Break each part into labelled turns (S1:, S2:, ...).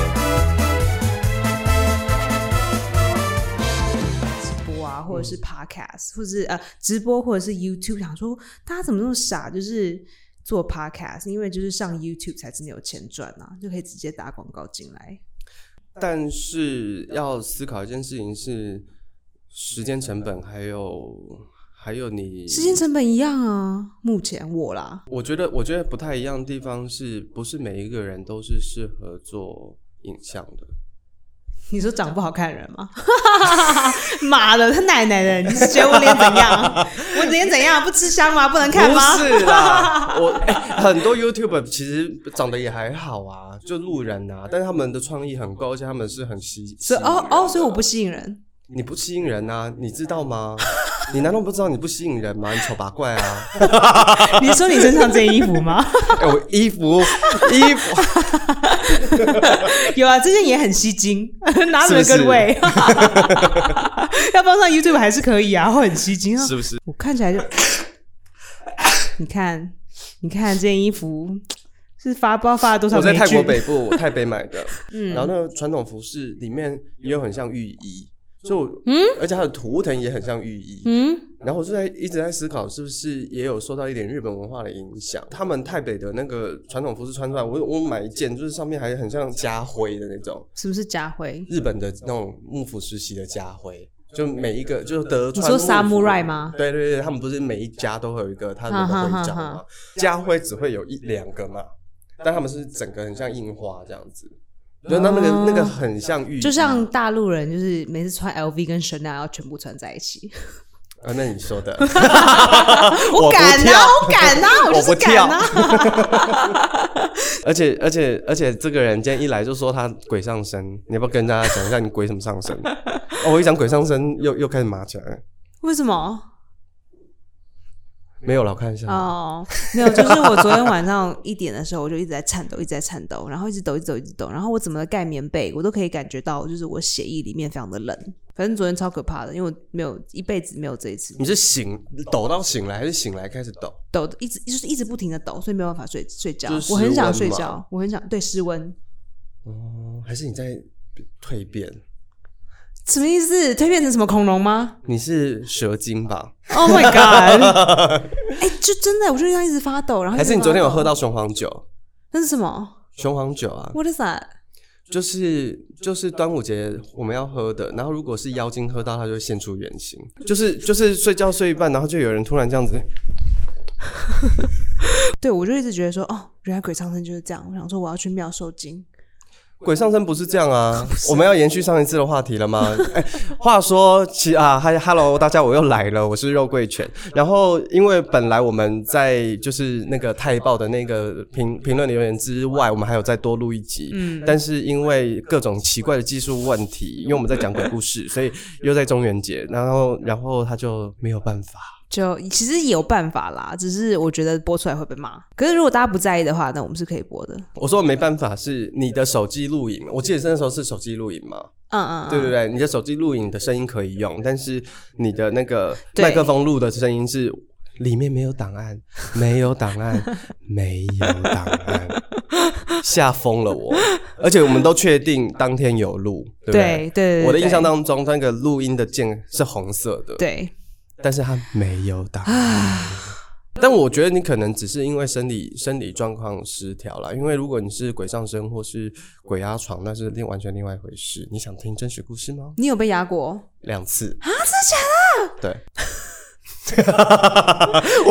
S1: 啊是
S2: 嗯
S1: podcast，、或是呃直播，或者是 YouTube，想说大家怎么那么傻，就是做 podcast，因为就是上 YouTube 才真的有钱赚啊，就可以直接打广告进来。
S2: 但是要思考一件事情是时间成本，还有还有你
S1: 时间成本一样啊，目前我啦，
S2: 我觉得我觉得不太一样的地方是不是每一个人都是适合做影像 的？
S1: 你说长不好看的人吗？ 妈的，他奶奶的！你是觉得我脸怎样？我脸怎样？不吃香吗？不能看吗？
S2: 不是啦，我、哎很多 YouTuber 其实长得也还好啊，就路人啊，但是他们的创意很够，而且他们是很吸
S1: 所以
S2: 吸引
S1: 哦哦，所以我不吸引人。
S2: 你不吸引人啊，你知道吗？ 你难道不知道你不吸引人吗？你丑八怪啊！
S1: 你说你身上这件衣服吗？
S2: 哎、我衣服衣服，
S1: 有啊，这件也很吸睛， 拿着
S2: 是不是
S1: 个位， 要放上 YouTube 还是可以啊，会很吸睛啊。
S2: 是不是？
S1: 我看起来就， 你看，你看这件衣服是发不知道发了多少
S2: 我在
S1: 美
S2: 泰国
S1: 军，
S2: 北部，我泰北买的。
S1: 嗯
S2: 然后那个传统服饰里面也有很像浴衣，所以我，嗯，而且它的图腾也很像浴衣。
S1: 嗯，
S2: 然后我就在一直在思考，是不是也有受到一点日本文化的影响？他们泰北的那个传统服饰穿出来，我我买一件，就是上面还很像家徽的那种
S1: 是不是家徽？
S2: 日本的那种幕府时期的家徽。就每一个，就是德
S1: 你
S2: 川。
S1: 说 samurai？吗？
S2: 对对对，他们不是每一家都会有一个他们的
S1: 哈哈
S2: 徽章
S1: 哈
S2: 吗？家徽只会有一两个嘛，但他们是整个很像印花这样子，就那那个、那个很像玉，
S1: 就像大陆人，就是每次穿 LV 跟 Chanel 要全部穿在一起。
S2: 啊，那 你说的，
S1: 我
S2: 不
S1: 敢
S2: 跳
S1: 啊，我敢啊，
S2: 我
S1: 就
S2: 不
S1: 是敢啊。
S2: 而且而且而且这个人今天一来就说他鬼上身，你要不要跟大家讲一下你鬼什 么上身？哦，我一讲鬼上身又又开始麻起来了，
S1: 为什么？
S2: 没有了，我看一下。
S1: 哦，没有，就是我昨天晚上一点的时候，我就一直在颤抖，一直在颤抖，然后一直抖，一直抖，一直抖，然后我怎么盖棉被，我都可以感觉到，就是我血液里面非常的冷。反正昨天超可怕的，因为我没有一辈子没有这一次
S2: 你是醒抖到醒来，还是醒来开始抖？
S1: 抖的，一直就是一直不停的抖，所以没有办法睡睡觉
S2: 就是。
S1: 我很想
S2: 室
S1: 睡
S2: 温嘛
S1: 觉，我很想对失温，
S2: 哦，还是你在蜕变？
S1: 什么意思？蜕变成什么恐龙吗？
S2: 你是蛇精吧？
S1: Oh my god！哎、就真的，我就这样一直发抖，然后一
S2: 还
S1: 直
S2: 是你昨天啊有喝
S1: 发抖？
S2: 到雄黄酒？
S1: 那是什么
S2: 雄黄酒啊，
S1: ？What is that？
S2: 就是就是端午节我们要喝的，然后如果是妖精喝到，它就会现出原形。就是就是睡觉睡一半，然后就有人突然这样子，
S1: 对，我就一直觉得说，哦，原来鬼上身就是这样。我想说，我要去庙受惊。
S2: 鬼上 身不是这样啊，我们要延续上一次的话题了 吗？哎，话说，其啊，嗨，hello，大家，我又来了，我是肉桂犬。然后，因为本来我们在就是那个泰报的那个评评论留言之外，我们还有再多录一集，嗯，但是因为各种奇怪的技术问题，因为我们在讲鬼故 事，所以又在中元节，然后然后他就没有办法。
S1: 就其实也有办法啦，只是我觉得播出来会被骂。可是如果大家不在意的话，那我们是可以播的。
S2: 我说没办法，是你的手机录影，我记得那时候是手机录影嘛，
S1: 嗯嗯，嗯
S2: 对对对，你的手机录影的声音可以用，但是你的那个
S1: 对
S2: 麦克风录的声音是里面没有 档案，没有档案，没有档案，吓疯了我。而且我们都确定当天有录，对不对？
S1: 对对对，
S2: 我的印象
S1: 当
S2: 当中，那个录音的键是红色的，
S1: 对
S2: 但是它没有档案。但我觉得你可能只是因为生理生理状况失调啦，因为如果你是鬼上身或是鬼压床，那是另完全另外一回事。你想听真实故事吗？
S1: 你有被压过？
S2: 两次啊，真的假的？ 对，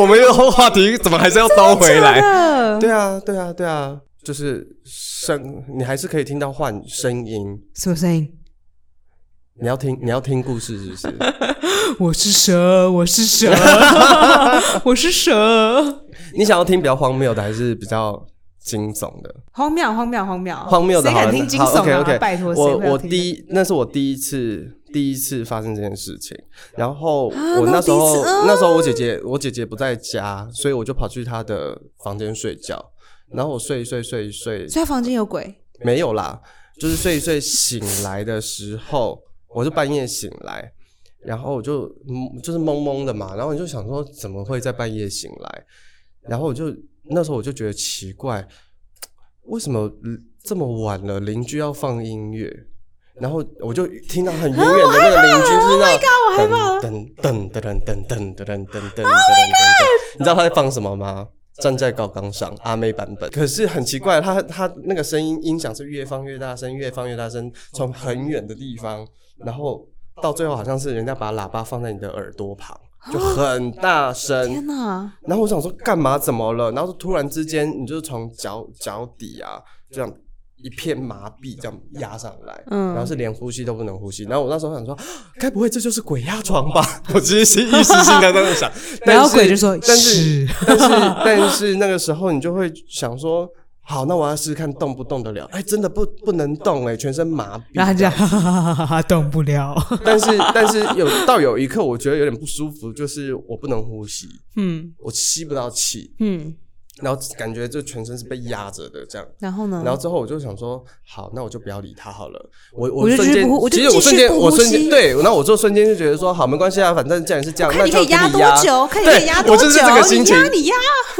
S2: 我们又话题怎么还是要兜回来？
S1: 呃，
S2: 对啊，对啊，对啊，就是声，你还是可以听到换声音。
S1: 什么声音？
S2: 你要听，你要听故事是不 是？
S1: 我是蛇，我是蛇， 我是蛇。
S2: 你想要听比较荒谬的，还是比较惊悚的？
S1: 荒谬，荒谬，荒谬，
S2: 荒谬的
S1: 谁
S2: 好了，
S1: 敢听惊
S2: 好
S1: 悚啊
S2: OK OK，
S1: 拜托，谁
S2: 我
S1: 会要
S2: 我
S1: 听
S2: 第一，那是我第一次第一次发生这件事情。然后
S1: 啊
S2: 我
S1: 那
S2: 那时候、
S1: 第一次啊
S2: 那时候我姐姐我姐姐不在家，所以我就跑去她的房间睡觉。然后我睡一睡睡一睡，
S1: 所以他房间有鬼，
S2: 没有啦，就是睡一睡醒来的时候，我是半夜醒来，然后我就嗯就是懵懵的嘛，然后我就想说怎么会在半夜醒来，然后我就那时候我就觉得奇怪，为什么嗯这么晚了邻居要放音乐？然后我就听到很远远的那个邻居就是那种
S1: 啊，好害怕啊！
S2: 噔噔噔噔噔噔噔噔噔噔。Oh my god！你知道他在放什么吗？站在高岗上，阿妹版本。可是很奇怪，他他那个声音音响是越放越大声，越放越大声，从很远的地方，然后到最后好像是人家把喇叭放在你的耳朵旁，就
S1: 哦
S2: 很大声。
S1: 天哪！
S2: 然后我想说干嘛？怎么了？然后突然之间，你就是从脚脚底啊这样一片麻痹这样压上来，
S1: 嗯
S2: 然后是连呼吸都不能呼吸。然后我那时候想说，啊该不会这就是鬼压床吧？ 我只是一时性的这样 想，
S1: 然
S2: 但
S1: 后
S2: 是
S1: 鬼就说
S2: 但是
S1: 是
S2: 但是但是那个时候你就会想说。好，那我要试试看动不动得了。哎、真的不不能动哎、全身麻痹。
S1: 然后他就这样哈哈哈哈哈哈
S2: 嗯
S1: 动不了。
S2: 但是但是有到有一刻，我觉得有点不舒服，就是我不能呼吸，
S1: 嗯
S2: 我吸不到气，
S1: 嗯，
S2: 然后感觉就全身是被压着的这样。
S1: 然后呢？
S2: 然后之后我就想说，好，那我就不要理他好了。我
S1: 我就
S2: 瞬
S1: 继续
S2: 间
S1: 不呼我，就
S2: 其实
S1: 继续
S2: 我瞬间，
S1: 不
S2: 我
S1: 呼
S2: 瞬间
S1: 吸
S2: 对，然后我就瞬间就觉得说，好，没关系啊，反正既然是这样，
S1: 看
S2: 那
S1: 你
S2: 就
S1: 可以
S2: 给
S1: 压
S2: 你
S1: 多
S2: 压
S1: 久，看你可
S2: 对
S1: 以压多
S2: 我
S1: 久，
S2: 就是这个心情，
S1: 你压你压，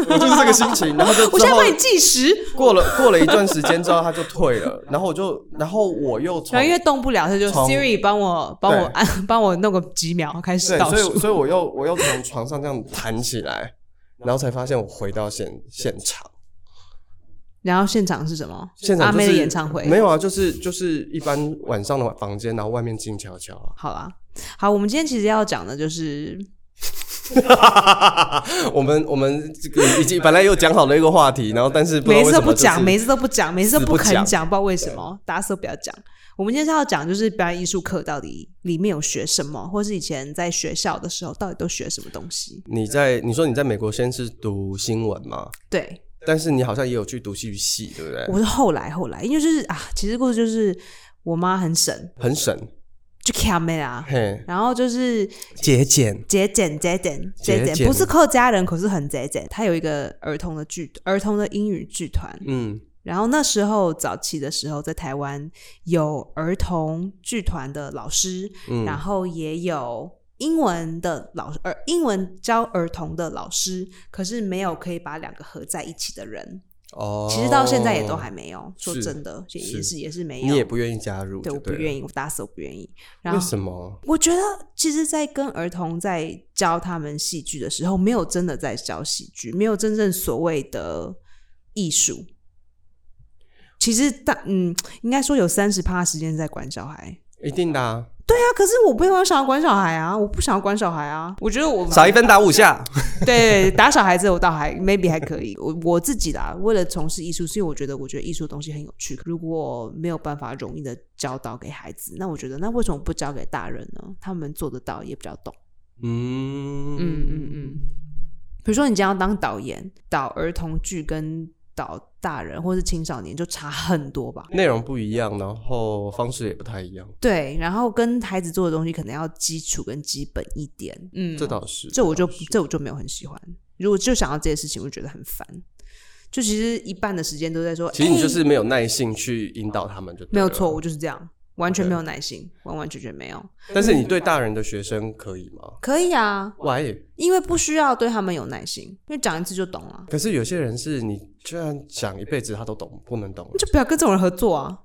S2: 我就是这个心情。然后 就
S1: 我
S2: 之
S1: 现在
S2: 后
S1: 帮你计时。
S2: 过了过了一段时间之后，他就退了，然后我就，然后我又从
S1: 然后因为动不了，他就
S2: 从
S1: Siri 帮我帮我
S2: 对
S1: 按 帮我弄个几秒开始
S2: 对，
S1: 倒
S2: 所以
S1: 数。
S2: 所以我又我又从床上这样弹起来，然后才发现我回到现现场。
S1: 然后现场是什么？
S2: 现场、
S1: 阿
S2: 就是、
S1: 妹的演唱会。
S2: 没有啊，就是就是一般晚上的房间，然后外面静悄悄啊。
S1: 好啦，好，我们今天其实要讲的就是
S2: 我们我们这个已经本来有讲好的一个话题，然后但是不知道
S1: 每
S2: 为
S1: 次
S2: 什
S1: 都
S2: 么
S1: 不
S2: 就是
S1: 讲，每次都不讲，每次都
S2: 死
S1: 不
S2: 不
S1: 肯
S2: 讲
S1: 讲，不知道为什么，大家都不要讲。我们今天是要讲，就是表演艺术课到底里面有学什么，或是以前在学校的时候到底都学什么东西。
S2: 你在你说你在美国先是读新闻嘛，
S1: 对，
S2: 但是你好像也有去读戏剧系，对不对？
S1: 我是后来后来，因为就是啊，其实故事就是我妈很省，
S2: 很省，
S1: 就 c a m 啊，
S2: 嘿，
S1: 然后就是
S2: 节俭，
S1: 节俭节俭节
S2: 节
S1: 俭，
S2: 俭
S1: 不是客家人，可是很节俭。他有一个儿童的剧，儿童的英语剧团，
S2: 嗯，
S1: 然后那时候早期的时候，在台湾有儿童剧团的老师，
S2: 嗯
S1: 然后也有英文的老师，儿英文教儿童的老师，可是没有可以把两个合在一起的人。
S2: 哦，
S1: 其实到现在也都还没有。说
S2: 是
S1: 真的，也
S2: 是
S1: 也是也是没有。
S2: 你也不愿意加入，
S1: 对，我不
S2: 意。
S1: 愿意，我打死我不愿意。然
S2: 为
S1: 后
S2: 什么？
S1: 我觉得，其实，在跟儿童在教他们戏剧的时候，没有真的在教戏剧，没有真正所谓的艺术。其实大嗯，应该说有三十趴时间在管小孩。
S2: 一定的、啊，
S1: 对啊，可是我没有想要管小孩啊，我不想要管小孩啊。我觉得我
S2: 少一分打五下。
S1: 对打小孩子，我倒还 maybe 还可以。我我自己啦，为了从事艺术，所以我觉得我觉得艺术的东西很有趣。如果没有办法容易的教导给孩子，那我觉得那为什么不教给大人呢？他们做得到，也比较懂。
S2: 嗯
S1: 嗯嗯嗯。比如说，你今天要当导演，导儿童剧跟导大人或是青少年就差很多吧？
S2: 内容不一样，然后方式也不太一样，
S1: 对，然后跟孩子做的东西可能要基础跟基本一点。嗯，
S2: 这倒是。
S1: 这我就
S2: 倒是
S1: 这我就没有很喜欢。如果就想要这些事情，我就觉得很烦。就其实一半的时间都在说，
S2: 其实你
S1: 哎
S2: 就是没有耐性去引导他们就，
S1: 没有错，。我就是这样，完全
S2: OK
S1: 没有耐心，完完全全没有。
S2: 但是你对大人的学生可以吗
S1: 可以啊，
S2: ？Why？
S1: 因为不需要对他们有耐心，因为讲一次就懂了。
S2: 可是有些人是你居然讲一辈子他都懂，不能懂
S1: 那就不要跟这种人合作啊！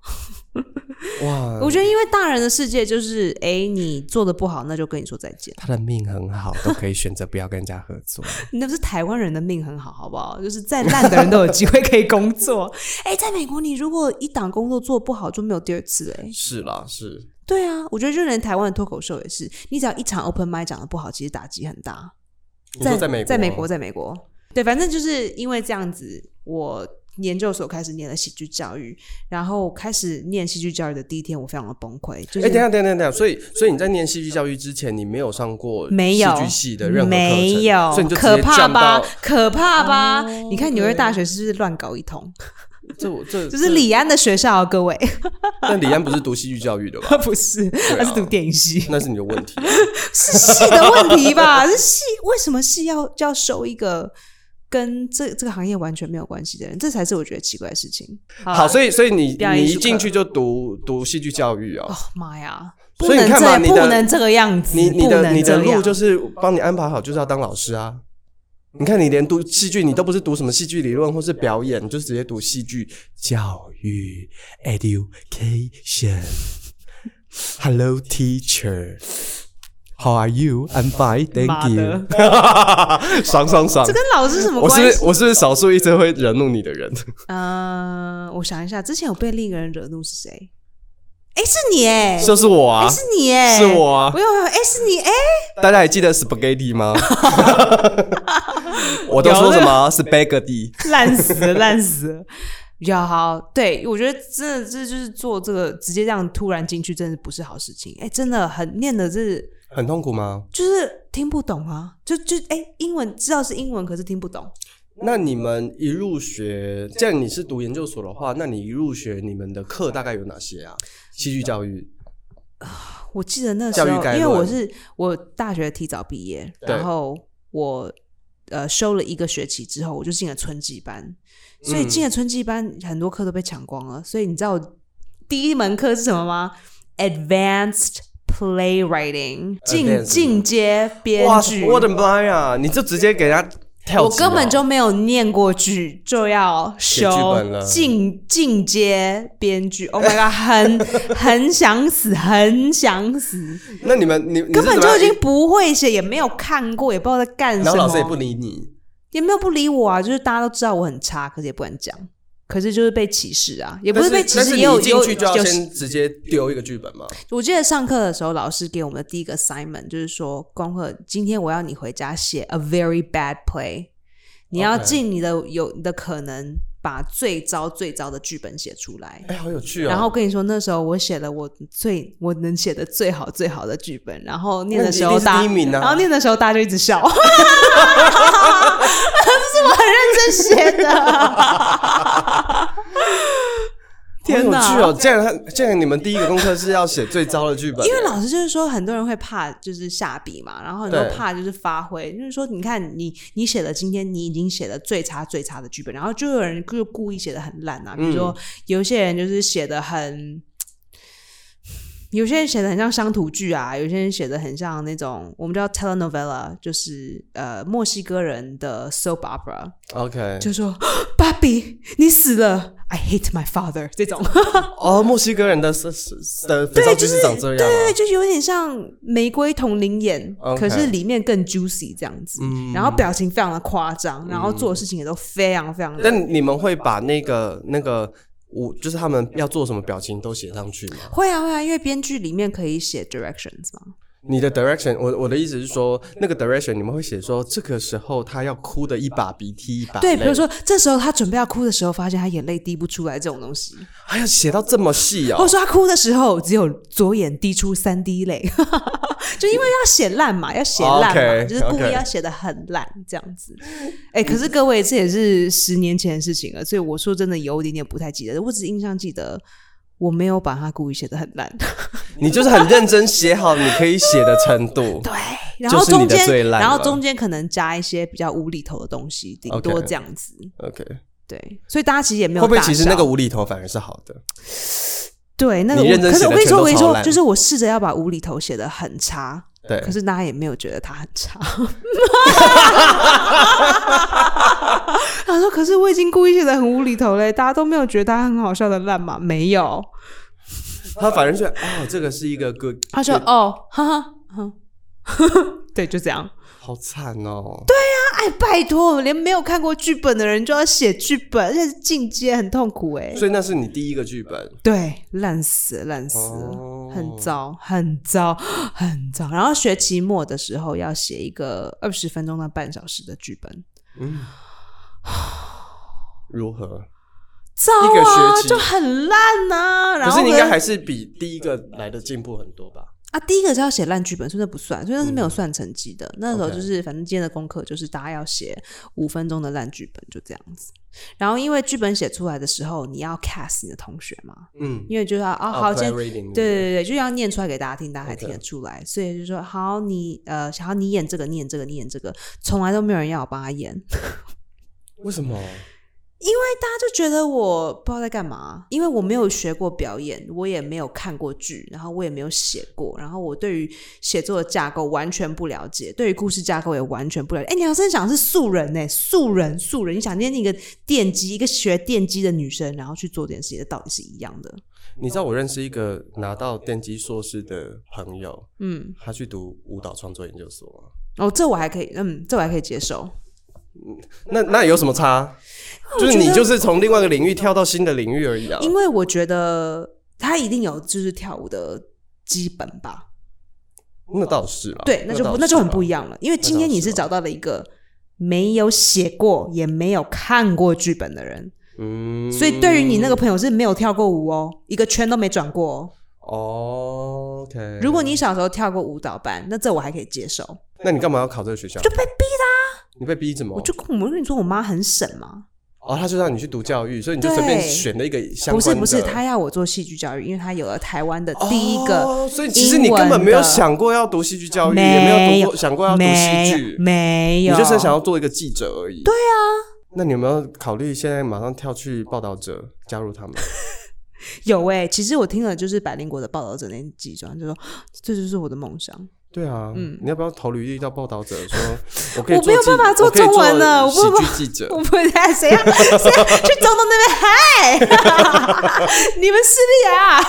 S2: 哇！
S1: 我觉得，因为大人的世界就是，哎、你做的不好，那就跟你说再见。
S2: 他的命很好，都可以选择不要跟人家合作。
S1: 你那不是台湾人的命很好，好不好？就是再烂的人都有机会可以工作。哎、在美国，你如果一档工作做不好，就没有第二次、哎，
S2: 是啦，是
S1: 对啊，我觉得就连台湾的脱口秀也是，你只要一场 open mic 讲的不好，其实打击很大。
S2: 你说在美国，
S1: 在美国，，在美国，对，反正就是因为这样子，我研究所开始念了戏剧教育，然后开始念戏剧教育的第一天，我非常的崩溃，就是、
S2: 哎、等一下，等一下，等一下，所以，所以你在念戏剧教育之前，你没有上过
S1: 没有
S2: 戏剧系的任何课程，
S1: 没有，
S2: 所以你就直
S1: 可
S2: 接
S1: 怕
S2: 降
S1: 吧
S2: 到？
S1: 可怕吧？
S2: 哦
S1: 你看纽约
S2: 对
S1: 大学是不是乱搞一通？
S2: 这我这
S1: 这是，李安的学校、啊，各 位，
S2: 这但李安不是读戏剧教育的吧？
S1: 他不是，
S2: 啊
S1: 他是读电影系，
S2: 那是你的问题。
S1: 是系的问题吧？是系为什么系要就要收一个跟这这个行业完全没有关系的人？这才是我觉得奇怪的事情。 好
S2: 好，所以，所以你
S1: 表演
S2: 你
S1: 艺术
S2: 一
S1: 课
S2: 进去就读读戏剧教育哦
S1: 哦。妈呀，不
S2: 所以
S1: 能
S2: 你看嘛
S1: 这
S2: 你
S1: 不
S2: 的
S1: 能这个样子，
S2: 你你
S1: 不
S2: 的
S1: 能
S2: 你
S1: 这
S2: 的路
S1: 样
S2: 就是帮你安排好，就是要当老师啊。你看，你连读戏剧，你都不是读什么戏剧理论或是表演，你就直接读戏剧教育 education。Hello teacher， How are you? I'm fine,
S1: 妈的
S2: thank you。爽 爽爽
S1: 这！跟老师什么
S2: 我是
S1: 关
S2: 不
S1: 系
S2: 是？我是不是少数一直会惹怒你的人？
S1: 嗯、我想一下，之前有被另一个人惹怒是谁？哎、是你哎、
S2: 就
S1: 欸，
S2: 是我啊，
S1: 是你哎、
S2: 是我啊
S1: 我有有哎、是 你哎、
S2: 大家还记得 spaghetti 吗？我都说什么 spaghetti？
S1: 烂死了，烂死了。比较好，对我觉得真的这就是做这个直接这样突然进去，真的不是好事情。哎、真的很念的是
S2: 很痛苦吗？
S1: 就是听不懂啊，就就哎、英文知道是英文，可是听不懂。
S2: 那你们一入学，既然你是读研究所的话，那你一入学，你们的课大概有哪些啊？戏剧教育，
S1: 我记得那时候
S2: 教育概，
S1: 因
S2: 论
S1: 为我是我大学提早毕业，
S2: 对
S1: 然后我呃修了一个学期之后，我就进了春季班，所以进了春季班，很多课都被抢光了。所以你知道我第一门课是什么吗？Advanced Playwriting，进
S2: Advanced
S1: 进阶编
S2: 哇，
S1: 剧。
S2: 我的妈呀！你就直接给他跳级了，啊
S1: 我根本就没有念过剧，就要修
S2: 写剧本了
S1: 进进阶编剧。Oh my god，很 很想死，很想死。
S2: 那你们你你是
S1: 根本
S2: 怎
S1: 就
S2: 么
S1: 已
S2: 样
S1: 经不会写，也没有看过，也不知道在干什
S2: 然
S1: 么。
S2: 后老师也不理你，
S1: 也没有不理我啊，就是大家都知道我很差，可是也不敢讲。可是就是被歧视啊，也不
S2: 但
S1: 被歧
S2: 但
S1: 视，
S2: 你
S1: 也有
S2: 一进
S1: 有
S2: 去就要
S1: 有。
S2: 先直接丢一个剧本嘛。
S1: 我记得上课的时候，老师给我们的第一个 assignment 就是说，功课今天我要你回家写 a very bad play，你要
S2: OK
S1: 尽你的有你的可能，把最糟最糟的剧本写出来。
S2: 哎，好有趣哦！
S1: 然后跟你说，那时候我写了我最我能写的最好最好的剧本，然后念
S2: 那
S1: 的
S2: 你
S1: 时
S2: 一
S1: 候
S2: 定是
S1: 大，
S2: 第一名啊
S1: 然后念的时候大家就一直 笑， 这是我很认真写的。天哪
S2: 好有趣哦！既然他既然你们第一个功课是要写最糟的剧本，
S1: 因为老师就是说，很多人会怕就是下笔嘛，然后你
S2: 对
S1: 会怕就是发挥，就是说，你看你你写的今天你已经写的最差最差的剧本，然后就有人就故意写的很烂啊，比如说有一些人就是写的很，有些人写的很像乡土剧啊，有些人写的很像那种我们叫 telenovela，就是呃墨西哥人的 soap opera，
S2: OK
S1: 就说 芭比你死了，I hate my father 这种。
S2: 哦，墨西哥人的是是的肥皂剧是长这样啊
S1: 对，就是有点像玫瑰同龄眼
S2: OK
S1: 可是里面更 juicy 这样子，
S2: 嗯
S1: 然后表情非常的夸张，然后做的事情也都非常非常的。
S2: 但你们会把那个那个舞，就是他们要做什么表情都写上去吗？
S1: 会啊会啊，因为编剧里面可以写 directions 嘛，
S2: 你的 direction，我我的意思是说，那个 direction 你们会写说，这个时候他要哭的一把鼻涕一把
S1: 对，
S2: 泪
S1: 比如说这时候他准备要哭的时候，发现他眼泪滴不出来这种东西，
S2: 还要哎写到这么细
S1: 或者
S2: 哦。
S1: 说他哭的时候只有左眼滴出三滴泪， 就因为要写烂嘛，要写烂嘛
S2: 哦 OK，
S1: 就是故
S2: OK
S1: 意要写的很烂这样子。哎、可是各位，这也是十年前的事情了，所以我说真的有一点点不太记得，我只印象记得。我没有把他故意写的很烂，
S2: 你就是很认真写好你可以写的程 度。
S1: 对，然后
S2: 就是你
S1: 中
S2: 的
S1: 间，
S2: 最烂了
S1: 然后中间可能加一些比较无厘头的东西，顶多
S2: OK
S1: 这样子
S2: OK，
S1: 对，所以大家其实也没
S2: 会
S1: 有
S2: 不会
S1: 大
S2: 其实
S1: 笑
S2: 那个无厘头反而是好的？
S1: 对那个
S2: 你
S1: 无，
S2: 认真
S1: 可是
S2: 写
S1: 我
S2: 的
S1: 跟你说，
S2: 全都
S1: 我跟你
S2: 超
S1: 说，
S2: 烂
S1: 就是我试着要把无厘头写的很差，
S2: 对，
S1: 可是大家也没有觉得他很差。 他说：“可是我已经故意写的很无厘头嘞，大家都没有觉得他很好笑的烂嘛？没有。
S2: 他反正觉得哦，这个是一个 good，”
S1: 他说：“哦，哈哈，哈哈 对，就这样。
S2: 好惨哦。对，
S1: 哎，拜托，连没有看过剧本的人就要写剧本，而且是进阶，很痛苦哎。
S2: 所以那是你第一个剧本。
S1: 对，烂死了，烂死了。
S2: 哦
S1: 很糟，很糟，很糟。然后学期末的时候要写一个二十分钟到半小时的剧本，
S2: 嗯如何？
S1: 糟
S2: 一个
S1: 啊
S2: 学，期
S1: 就很烂呐、然
S2: 可
S1: 后
S2: 是你应
S1: 跟
S2: 该还是比第一个来的进步很多吧？
S1: 啊，第一个是要写烂剧本，所以那不算，所以那是没有算成绩
S2: 嗯
S1: 的。那时候就是反正今天的功课就是大家要写五分钟的烂剧本，就这样子。然后因为剧本写出来的时候，你要 cast 你的同学嘛，
S2: 嗯，
S1: 因为就是要啊
S2: 啊
S1: 好，
S2: play
S1: 今天
S2: reading
S1: 对对对，就要念出来给大家听，大家才
S2: OK
S1: 听得出来。所以就说好，你呃，想要你演这个，你演这个，你演这个，从来都没有人要我帮他演，
S2: 为什么？
S1: 因为大家就觉得我不知道在干嘛，因为我没有学过表演，我也没有看过剧，然后我也没有写过，然后我对于写作的架构完全不了解，对于故事架构也完全不了解。哎，你要真想是素人呢、素人素人，你想今天一个电机，一个学电机的女生，然后去做这件事情，这到底是一样的？
S2: 你知道我认识一个拿到电机硕士的朋友，
S1: 嗯，
S2: 他去读舞蹈创作研究所吗？
S1: 哦，这我还可以，嗯，这我还可以接受。
S2: 那那有什么差？就是你就是从另外一个领域跳到新的领域而已啊。
S1: 因为我觉得他一定有就是跳舞的基本吧，
S2: 那倒是啊啦，
S1: 对，那就
S2: 倒
S1: 不
S2: 是
S1: 那就很不
S2: 啦
S1: 一样了。因为今天你是
S2: 啊
S1: 找到了一个没有写过也没有看过剧本的人，
S2: 嗯，
S1: 所以对于你那个朋友是没有跳过舞哦，一个圈都没转过哦。
S2: 哦，OK，
S1: 如果你小时候跳过舞蹈班，那这我还可以接受。
S2: 那你干嘛要考这个学校？就被逼的、你被逼什么？
S1: 啊我就跟我们跟你说，我妈很省嘛，
S2: 哦，他就让你去读教育，所以你就随便选了一个相
S1: 不是
S2: 关的。
S1: 不是，她要我做戏剧教育，因为她有了台湾的第一个
S2: 哦，所以其实你根本没有想过要读戏剧教育，也没有读过想过要读戏
S1: 没有
S2: 剧，
S1: 没
S2: 你
S1: 有，
S2: 就是想要做一个记者而已。对啊，那你有没有考虑现在马上跳去报道者，加 入他们？
S1: 有哎、其实我听了就是百灵国的报道者那几章，就说 这就是我的梦想。
S2: 对啊，
S1: 嗯
S2: 你要不要投履历到报道者 说，我可以
S1: 我
S2: 做
S1: 没有
S2: 记
S1: 办法做
S2: 我可以
S1: 中文了我没有
S2: 做
S1: 办
S2: 喜
S1: 法
S2: 剧记者。
S1: 我不会带谁啊？谁啊去总统那边嗨？ 你们势力啊，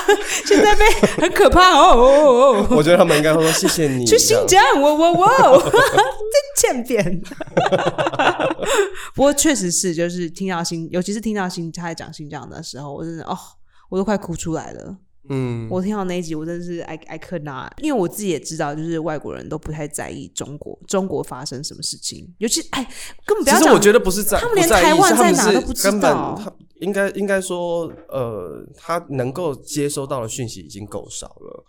S1: 去那边很可怕哦哦哦哦！
S2: 我觉得他们应该会说谢谢 你。
S1: 去新疆，我我我，真欠扁。不过确实是，就是听到新，尤其是听到新他在讲新疆的时候，我真的哦，我都快哭出来了。
S2: 嗯，
S1: 我听到那一集，我真的是 I I could not，因为我自己也知道，就是外国人都不太在意中国中国发生什么事情，尤其哎，根本不
S2: 其
S1: 要
S2: 实
S1: 讲。
S2: 我觉得不是在，
S1: 他们连
S2: 不在意
S1: 台湾
S2: 是他们
S1: 在哪
S2: 是
S1: 都不知
S2: 根本
S1: 道
S2: 他应该应该说，呃，他能够接收到的讯息已经够少了，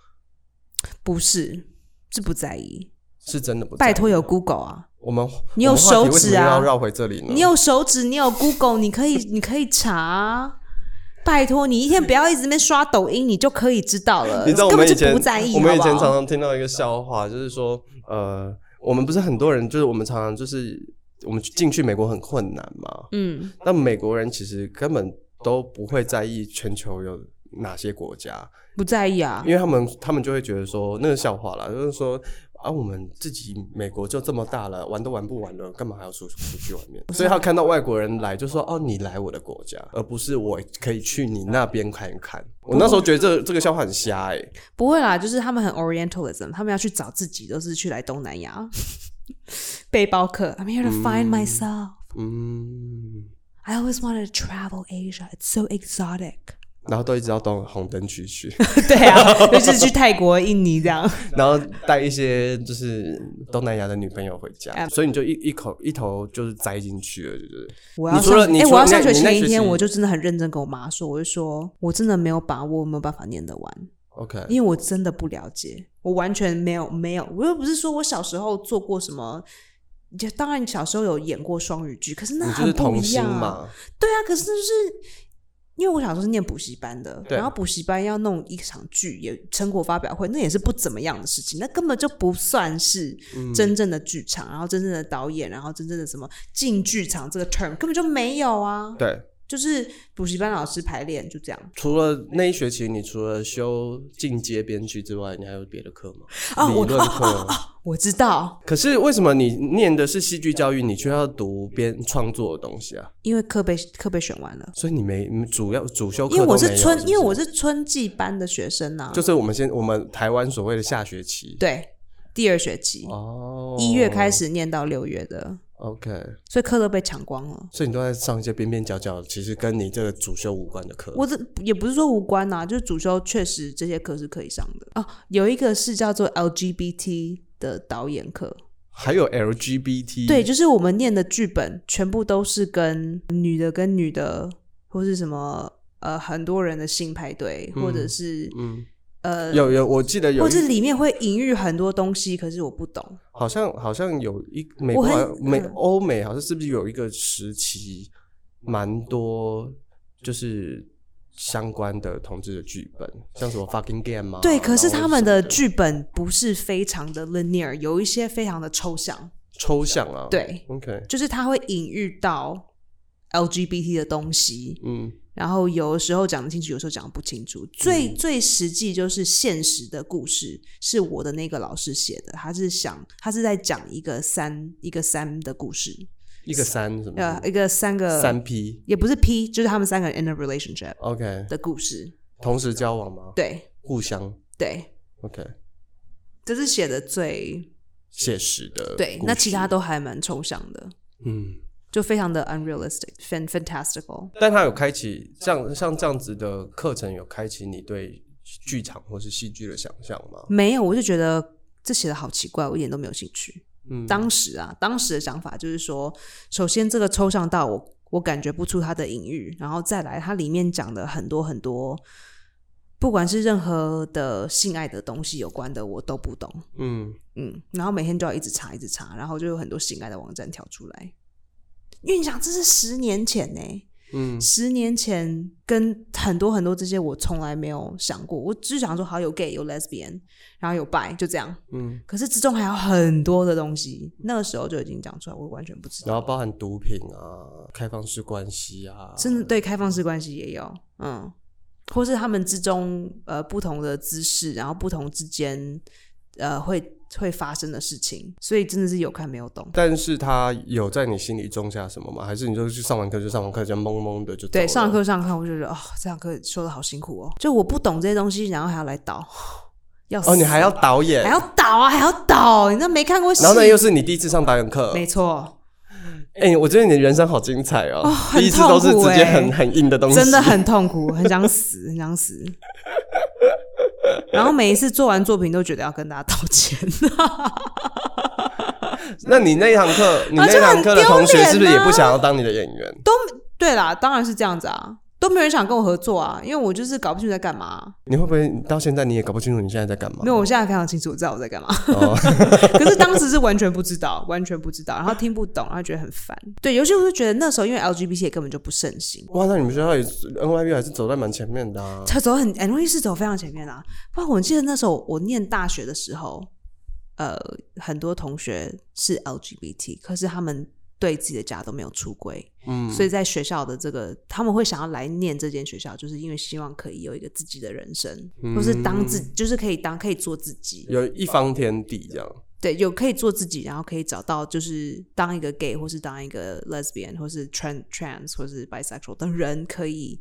S1: 不是，是不在意。
S2: 是真的不在意
S1: 拜托有 Google 啊，
S2: 我们
S1: 你有
S2: 我们话题
S1: 手指啊
S2: 为什么要绕回这里呢？
S1: 你有手指，你有 Google，你 可以你可以查啊。拜托你一天不要一直在那边刷抖音，你就可以知道了。
S2: 你知道我
S1: 根
S2: 们
S1: 本
S2: 以
S1: 就
S2: 前
S1: 不在意，
S2: 我们以前
S1: 好
S2: 常
S1: 不好
S2: 常听到一个笑话，就是说，呃，我们不是很多人，就是我们常常就是我们进去美国很困难嘛，
S1: 嗯，
S2: 那美国人其实根本都不会在意全球有哪些国家，
S1: 不在意啊
S2: 因。为他们他们就会觉得说那个笑话啦，就是说啊，我们自己美国就这么大了，玩都玩不完了，干嘛还要出出去外面？所以他看到外国人来，就说哦，你来我的国家，而不是我可以去你那边看一看。我那时候觉得这这个笑话很瞎哎、
S1: 不会啦，就是他们很 Orientalism，他们要去找自己，都是去来东南亚 背包客。I'm here to find
S2: 嗯
S1: myself.、
S2: 嗯，
S1: I always wanted to travel Asia. It's so exotic.
S2: 然后都一直要到红灯区去，
S1: 对啊，就是去泰国、印尼这样。
S2: 然后带一些就是东南亚的女朋友回
S1: 嗯
S2: 家，所以你就一一口一头就是栽进去了，就是。
S1: 我要
S2: 你除
S1: 上
S2: 了你
S1: 哎、
S2: 除
S1: 我要
S2: 了
S1: 上
S2: 那
S1: 学
S2: 你那
S1: 前一
S2: 学
S1: 天，
S2: 期
S1: 我就真的很认真跟我妈说，我就说我真的没有把握，我没有办法念得完，
S2: OK，
S1: 因为我真的不了解，我完全没有没有，我又不是说我小时候做过什么。就当然，小时候有演过双语剧，可是那
S2: 你就
S1: 很
S2: 是
S1: 不
S2: 童
S1: 一
S2: 星
S1: 样啊。
S2: 嘛，
S1: 对啊，可是就是因为我小时候是念补习班的，
S2: 对
S1: 然后补习班要弄一场剧，也成果发表会，那也是不怎么样的事情，那根本就不算是
S2: 嗯
S1: 真正的剧场，然后真正的导演，然后真正的什么进剧场这个 term 根本就没有啊。
S2: 对。
S1: 就是补习班老师排练就这样
S2: 除了那一学期，你除了修进阶编剧之外，你还有别的课吗？
S1: 哦，我
S2: 理论课。
S1: 我知道，
S2: 可是为什么你念的是戏剧教育，你却要读编创作的东西啊？
S1: 因为课被课被选完了，
S2: 所以你没你主要主修课
S1: 因为我
S2: 都
S1: 是
S2: 没有
S1: 春
S2: 是，不
S1: 因为
S2: 是
S1: 我是春季班的学生呐、
S2: 就是我们先我们台湾所谓的下学期
S1: 对，第二学期
S2: 哦，
S1: 一、月开始念到六月的，
S2: OK，
S1: 所以课都被抢光了。
S2: 所以你都在上一些边边角角，其实跟你这个主修无关的课。
S1: 我这也不是说无关呐、就是主修确实这些课是可以上的哦。有一个是叫做 LGBT 的导演课，
S2: 还有 LGBT，
S1: 对，，就是我们念的剧本全部都是跟女的跟女的，或是什么呃很多人的性派对，或者是、
S2: 嗯，呃，有有，我记得有
S1: 或
S2: 一，啊
S1: 是里面会隐喻很多东西，可是我不懂。
S2: 好像好像有一美国
S1: 我很
S2: 好像美
S1: 嗯
S2: 欧美好像是不是有一个时期，蛮多就是相关的同志的剧本，像什么 fucking game 吗？
S1: 对，可是
S2: 然后
S1: 他们
S2: 什
S1: 的
S2: 么
S1: 剧本不是非常的 linear，有一些非常的抽象，
S2: 抽象啊，
S1: 对
S2: ，OK，
S1: 就是它会隐喻到。 LGBT 的东西，
S2: 嗯，
S1: 然后有的时候讲得清楚，有时候讲得不清楚。最、最实际就是现实的故事，是我的那个老师写的，他是想他是在讲一个三一个三的故事，
S2: 一个三什
S1: 呃
S2: 么，
S1: 一个三个
S2: 嗯三 P。
S1: 也不是 P，就是他们三个人 in a relationship
S2: OK，
S1: 的故事。
S2: 同时交往吗？
S1: 对
S2: 互相。
S1: 对，
S2: OK，
S1: 这是写的最
S2: 写实的。
S1: 对，那其他都还蛮抽象的，
S2: 嗯，
S1: 就非常的 unrealistic，fan fantastical。
S2: 但他有开启像像这样子的课程，有开启你对剧场或是戏剧的想象吗？
S1: 没有，我就觉得这写的好奇怪，我一点都没有兴趣。
S2: 嗯，
S1: 当时啊，当时的想法就是说，首先这个抽象到我我感觉不出它的隐喻，然后再来它里面讲的很多很多，不管是任何的性爱的东西有关的，我都不懂。
S2: 嗯，
S1: 嗯，然后每天就要一直查一直查，然后就有很多性爱的网站跳出来。因为你想，这是十年前呢、
S2: 嗯
S1: 十年前跟很多很多这些我从来没有想过，我只是想说好有 gay 有 lesbian，然后有 bi 就这样。
S2: 嗯，
S1: 可是之中还有很多的东西，那个时候就已经讲出来，我完全不知道。
S2: 然后包含毒品啊、开放式关系啊，
S1: 甚至对开放式关系也有，嗯，或是他们之中呃不同的姿势，然后不同之间呃会会发生的事情，所以真的是有看没有懂。
S2: 但是他有在你心里种下什么吗？还是你就去上完课就上完课就懵懵的就走
S1: 对，
S2: 了
S1: 上课上课，我就觉得哦，这堂课修的好辛苦哦，就我不懂这些东西，然后还要来导， 要死
S2: 哦，你还要导演
S1: 还，要导啊，还要导，你那没看过戏
S2: 然，后呢又是你第一次上导演课，
S1: 没错，
S2: 哎、我觉得你的人生好精彩哦，
S1: 哦很
S2: 第一次都是
S1: 痛苦
S2: 直接
S1: 哎
S2: 很很硬的东西，
S1: 真的很痛苦， 很想死，很想死。然后每一次做完作品都觉得要跟大家道歉，
S2: 那你那一堂 课，你
S1: 而且
S2: 那堂课的
S1: 很丢
S2: 同学
S1: 脸
S2: 是不是也
S1: 啊
S2: 不想要当你的演员？
S1: 对啦，当然是这样子啊，都没有人想跟我合作啊，因为我就是搞不清楚在干嘛。
S2: 你会不会到现在你也搞不清楚你现在在干嘛？
S1: 没有，我现在非常清楚，我知道我在干 嘛。
S2: 哦
S1: 可是当时是完全不知道，完全不知道，然后听不懂，然后觉得很烦。对，尤其我就觉得那时候因为 LGBT 也根本就不盛行，
S2: 哇，那你们学校也是 NYU 还是走在蛮前面 的啊。
S1: 他走很 n y 是走非常前面啊。不然我记得那时候我念大学的时候，呃，很多同学是 LGBT，可是他们对自己的家都没有出轨，
S2: 嗯，
S1: 所以在学校的这个，他们会想要来念这间学校，就是因为希望可以有一个自己的人生，或是当自，就是可以当可以做自己，
S2: 有一方天地这样。
S1: 对，有可以做自己，然后可以找到就是当一个 gay 或是当一个 lesbian 或是 trans trans 或是 bisexual 的人，可以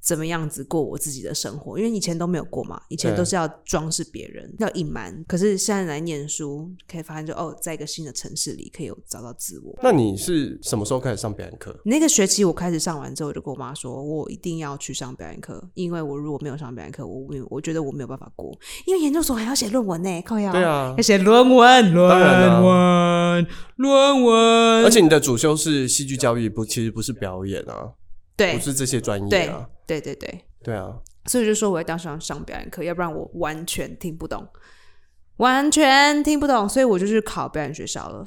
S1: 怎么样子过我自己的生活？因为以前都没有过嘛，以前都
S2: 对
S1: 是要装饰别人，要隐瞒。可是现在来念书，可以发现就哦，在一个新的城市里，可以有找到自我。
S2: 那你是什么时候开始上表演课？
S1: 那个学期我开始上完之后，我就跟我妈说，我一定要去上表演课，因为我如果没有上表演课，我没有我觉得我没有办法过，因为研究所还要写论文呢，靠呀，
S2: 对，啊
S1: 要，写论文，
S2: 当然啊
S1: 论文，论文，
S2: 而且你的主修是戏剧教育，不，其实不是表演啊，不
S1: 对
S2: 是这些专业
S1: 对
S2: 啊。
S1: 对对对，
S2: 对啊，
S1: 所以我就说我一定要上上表演课，要不然我完全听不懂，完全听不懂，所以我就去考表演学校了。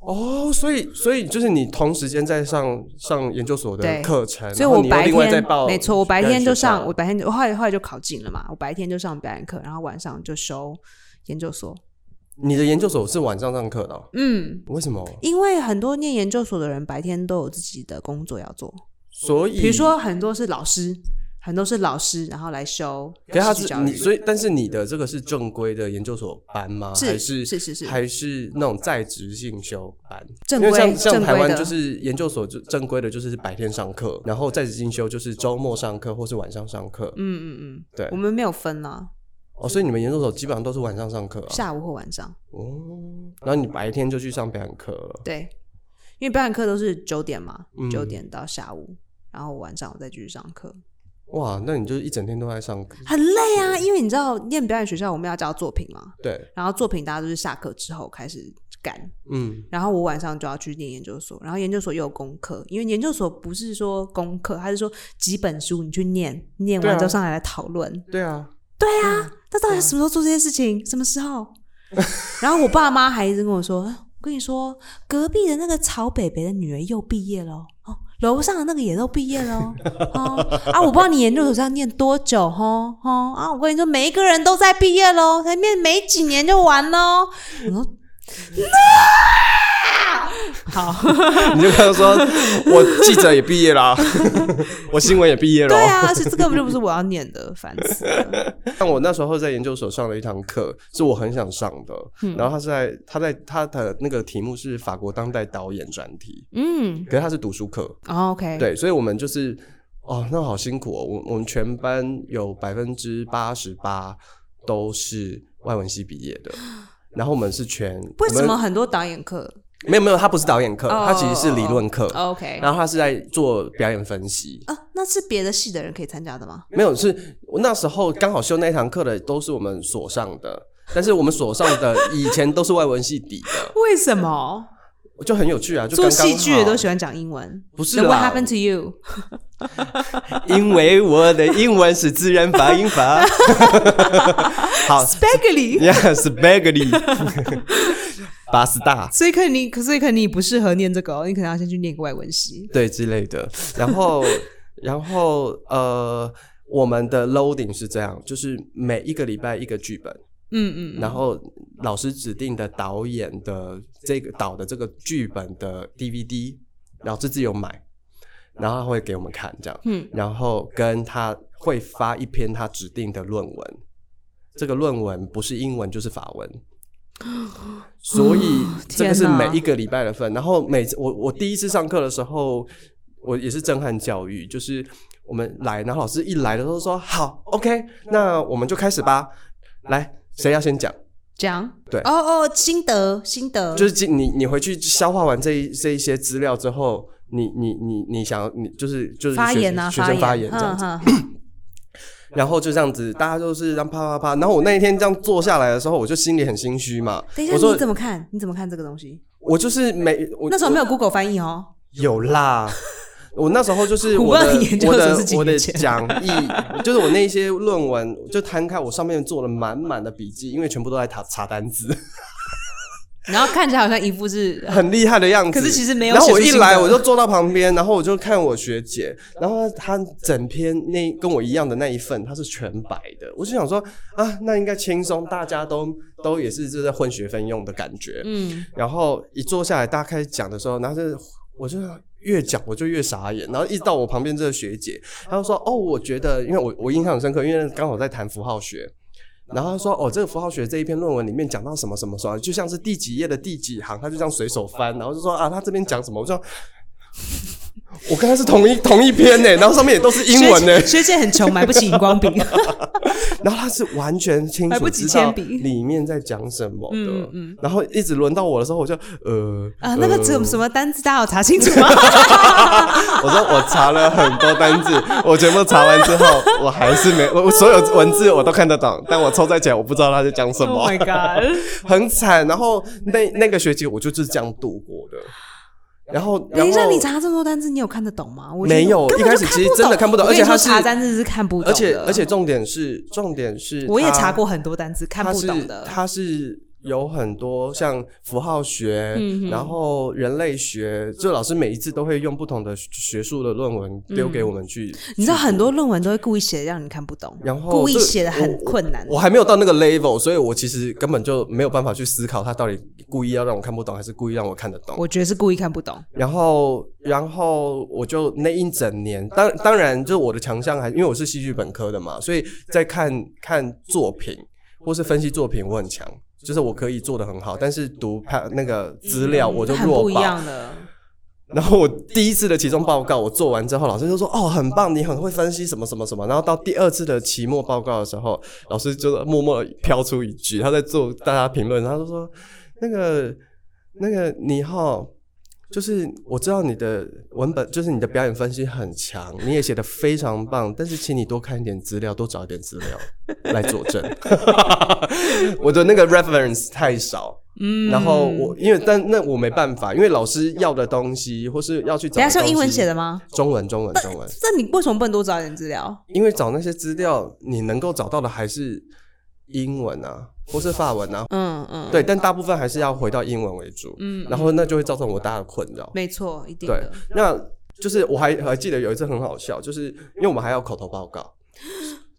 S2: 哦，所以所以就是你同时间在上上研究所的
S1: 对
S2: 课程，
S1: 所以
S2: 然后
S1: 我
S2: 你又
S1: 白
S2: 另外再
S1: 天
S2: 报，
S1: 没错，我白天就上，我，白天就我后来后来就考进了嘛，我白天就上表演课，然后晚上就修研究所。
S2: 你的研究所是晚上上课的哦、
S1: 嗯，
S2: 为什么？
S1: 因为很多念研究所的人白天都有自己的工作要做，
S2: 所以
S1: 比如，说很多是老师，很多是老师，然后来修
S2: 可是他
S1: 戏剧
S2: 是
S1: 教
S2: 你，
S1: 育。
S2: 所以但是你的这个是正规的研究所班吗？
S1: 是
S2: 还是
S1: 是是是
S2: 还是那种在职性修班？
S1: 正
S2: 因为
S1: 规
S2: 像像
S1: 正
S2: 台
S1: 规
S2: 湾
S1: 的，
S2: 就是研究所就正规的，就是白天上课，然后在职进修就是周末上课或是晚上上课。
S1: 嗯嗯嗯，
S2: 对
S1: 我们没有分啊，
S2: 哦，所以你们研究所基本上都是晚上上课啊。
S1: 下午或晚上，
S2: 哦，然后你白天就去上表演课了。
S1: 对，因为表演课都是九点嘛
S2: 嗯，
S1: 九、点到下午，然后晚上我再继续上课，
S2: 哇，那你就一整天都在上课。
S1: 很累啊，因为你知道念表演学校我们要交作品嘛，
S2: 对，
S1: 然后作品大家都是下课之后开始赶，
S2: 嗯，
S1: 然后我晚上就要去念研究所，然后研究所又有功课，因为研究所不是说功课，它是说几本书你去念，念
S2: 对啊
S1: 完之后上来来讨论，
S2: 对 啊，
S1: 那到底什么时候做这些事情？什么时候？ 然后我爸妈还一直跟我说：“啊我跟你说，隔壁的那个曹北北的女儿又毕业了哦哦，楼上的那个也都毕业了哦哦啊！我不知道你研究所是要念多久哦哦啊！我跟你说，每一个人都在毕业喽，才念没几年就完喽。”我说：“好，
S2: 你就跟他说，我记者也毕 业啦，我新闻也毕业了。
S1: 对啊，而且这根本就不是我要念的，烦死了。
S2: 像我那时候在研究所上了一堂课，是我很想上的，
S1: 嗯
S2: 然后他是在他在他的那个题目是法国当代导演专题，
S1: 嗯、哦
S2: 可是他是读书课，
S1: o k，
S2: 对，所以我们就是哦，那好辛苦哦，我我们全班有百分之八十八都是外文系毕业的。然后我们是全
S1: 为什
S2: 我
S1: 么
S2: 们
S1: 很多导演课
S2: 没有没有，他不是导演课，他其实是理论课。
S1: 哦？OK，
S2: 然后他是在做表演分析，
S1: 啊，那是别的系的人可以参加的吗？
S2: 没有是我那时候刚好修那一堂课的都是我们所上的，但是我们所上的以前都是外文系底的，
S1: 为什么
S2: 就很有趣啊，就
S1: 做
S2: 刚刚
S1: 戏剧的
S2: 好
S1: 都喜欢讲英文？
S2: 不是
S1: Then What
S2: 啦，
S1: happened to you？
S2: 因为我的英文是自然发音 法， 好
S1: b a g l y
S2: ，yes baggy，巴斯大。
S1: 所以可能你，可所以可能你不适合念这个、哦，你可能要先去念个外文系。
S2: 对之类的。然后， 然后呃，我们的 loading 是这样，就是每一个礼拜一个剧本，
S1: 嗯嗯，
S2: 然后老师指定的导演的这个导的这个剧本的 DVD，老师自己有买，然后他会给我们看这样，
S1: 嗯，
S2: 然后跟他会发一篇他指定的论文，这个论文不是英文就是法文。所以这个是
S1: 天哪
S2: 每一个礼拜的份，然后每次我我第一次上课的时候，我也是震撼教育，就是我们来，然后老师一来的时候说好，OK，那我们就开始吧。来，谁要先讲？
S1: 讲
S2: 对
S1: 哦哦，心得心得，
S2: 就是今你你回去消化完这一这一些资料之后，你你你你想你就是就是
S1: 发
S2: 学
S1: 言啊，
S2: 学生发言
S1: 言嗯
S2: 这样子，
S1: 子。哼哼
S2: 然后就这样子，大家就是这样啪啪啪。然后我那一天这样坐下来的时候，我就心里很心虚嘛。
S1: 嗯等一下，
S2: 我说
S1: 你怎么看？你怎么看这个东西？
S2: 我就是没我
S1: 那时候没有 Google 翻译哦。
S2: 有啦。我那时候就是
S1: 我
S2: 我的
S1: 不知道你研究
S2: 我
S1: 的
S2: 的
S1: 是几
S2: 我的
S1: 年前
S2: 讲义，就是我那些论文就摊开，我上面做了满满的笔记，因为全部都在查查单字，
S1: 然后看起来好像一副 是，
S2: 很厉害的样子。
S1: 可是其实没有
S2: 然后我
S1: 写出
S2: 一
S1: 心得
S2: 来我就坐到旁边，然后我就看我学姐，然后她整篇那跟我一样的那一份，她是全白的，我就想说啊，那应该轻松，大家都都也是就在混学分用的感觉。
S1: 嗯，
S2: 然后一坐下来，大家开始讲的时候，然后就是我就越讲我就越傻眼，然后一直到我旁边这个学姐，她就说：“哦，我觉得，因为我我印象很深刻，因为刚好在谈符号学。”然后她说：“哦，这个符号学这一篇论文里面讲到什么什么什么，就像是第几页的第几行，她就这样随手翻，然后就说啊，她这边讲什么，我就说。”我跟她是同一同一篇呢，然后上面也都是英文呢，
S1: 学姐学姐很穷，买不起荧 光笔。
S2: 然后她是完全清
S1: 买
S2: 楚
S1: 不起
S2: 知道
S1: 铅笔
S2: 里面在讲什么的，
S1: 嗯嗯
S2: 然后一直轮到我的时候，我就呃
S1: 啊，那个
S2: 呃
S1: 什么什么单词，大家有查清楚吗？
S2: 我说我查了很多单字，我全部查完之后，我还是没我我所有文字我都看得懂，但我凑在一起来我不知道他在讲什
S1: Oh
S2: 么
S1: my，god！
S2: 很惨。然后那那个学期我就是这样度过的。然后，然
S1: 等一下，
S2: 后
S1: 你查这么多单词，你有看得懂吗？我
S2: 没有
S1: 根本
S2: 一开
S1: 就
S2: 始其实真的看不懂
S1: 我跟你
S2: 而且它
S1: 说查
S2: 是
S1: 单词是看不懂的，
S2: 而且而且重点是重点是，
S1: 我也查，过很多单词看
S2: 它
S1: 不
S2: 是
S1: 懂的。
S2: 它是有很多像符号学，
S1: 嗯
S2: 然后人类学，就老师每一次都会用不同的学术的论文丢给我们去，
S1: 你知道很多论文都会故意写的让你看不懂，
S2: 然后
S1: 故意
S2: 这个
S1: 写的很
S2: 我
S1: 困难。
S2: 我还没有到那个 level，所以我其实根本就没有办法去思考他到底故意要让我看不懂，还是故意让我看得懂。
S1: 我觉得是故意看不懂。
S2: 然后，然后我就那一整年，当当然就是我的强项还因为我是戏剧本科的嘛，所以在看看作品或是分析作品，我很强，就是我可以做的很好，但是读判那个资料我就
S1: 很
S2: 弱
S1: 不一
S2: 爆。
S1: 样的。
S2: 然后我第一次的期中报告我做完之后，老师就说：“哦，很棒，你很会分析什么什么什么。”然后到第二次的期末报告的时候，老师就默默飘出一句，他在做大家评论，他就说：“那个那个你哈，就是我知道你的文本，就是你的表演分析很强，你也写的非常棒，但是请你多看一点资料，多找一点资料来佐证。 我的那个 reference 太少。”
S1: 嗯
S2: 然后我因为但那我没办法，因为老师要的东西或是要去找，
S1: 等一下是用英文写的，吗？
S2: 中文中文中文，
S1: 那你为什么不能多找点资料？
S2: 因为找那些资料，你能够找到的还是英文啊，或是法文啊，
S1: 嗯嗯，，
S2: 对，但大部分还是要回到英文为主，
S1: 嗯
S2: 然后那就会造成我大的困扰，
S1: 没错，一定
S2: 对
S1: 的。，
S2: 那就是我还还记得有一次很好笑，就是因为我们还要口头报告。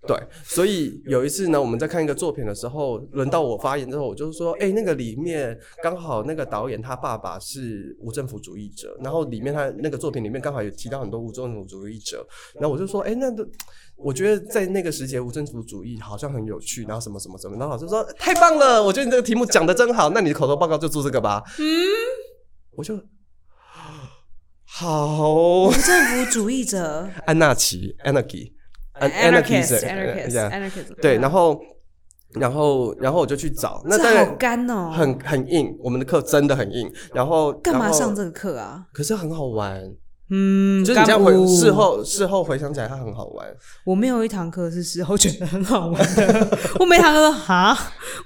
S2: 对，所以有一次呢，我们在看一个作品的时候，轮到我发言之后，我就是说，哎、那个里面刚好那个导演他爸爸是无政府主义者，然后里面他那个作品里面刚好有提到很多无政府主义者，然后我就说，哎、那都我觉得在那个时节无政府主义好像很有趣，然后什么什么什么，然后老师说太棒了，我觉得你这个题目讲的真好，那你的口头报告就做这个吧。嗯，我就好
S1: 无政府主义者
S2: 安纳奇
S1: 呃
S2: anarchy。an- anarchism，yeah 呃
S1: anarchist，anarchist，
S2: 对，然后，然后，然后我就去找，那当
S1: 啊这好
S2: 然
S1: 干哦，
S2: 很很硬，我们的课真的很硬。然后
S1: 干嘛上？
S2: 然后
S1: 这个课啊？
S2: 可是很好玩，
S1: 嗯，
S2: 就是你这样
S1: 干
S2: 回
S1: 我
S2: 事，后事后回想起来，它很好玩。
S1: 我没有一堂课是事后觉得很好玩 的，我每堂课都哈，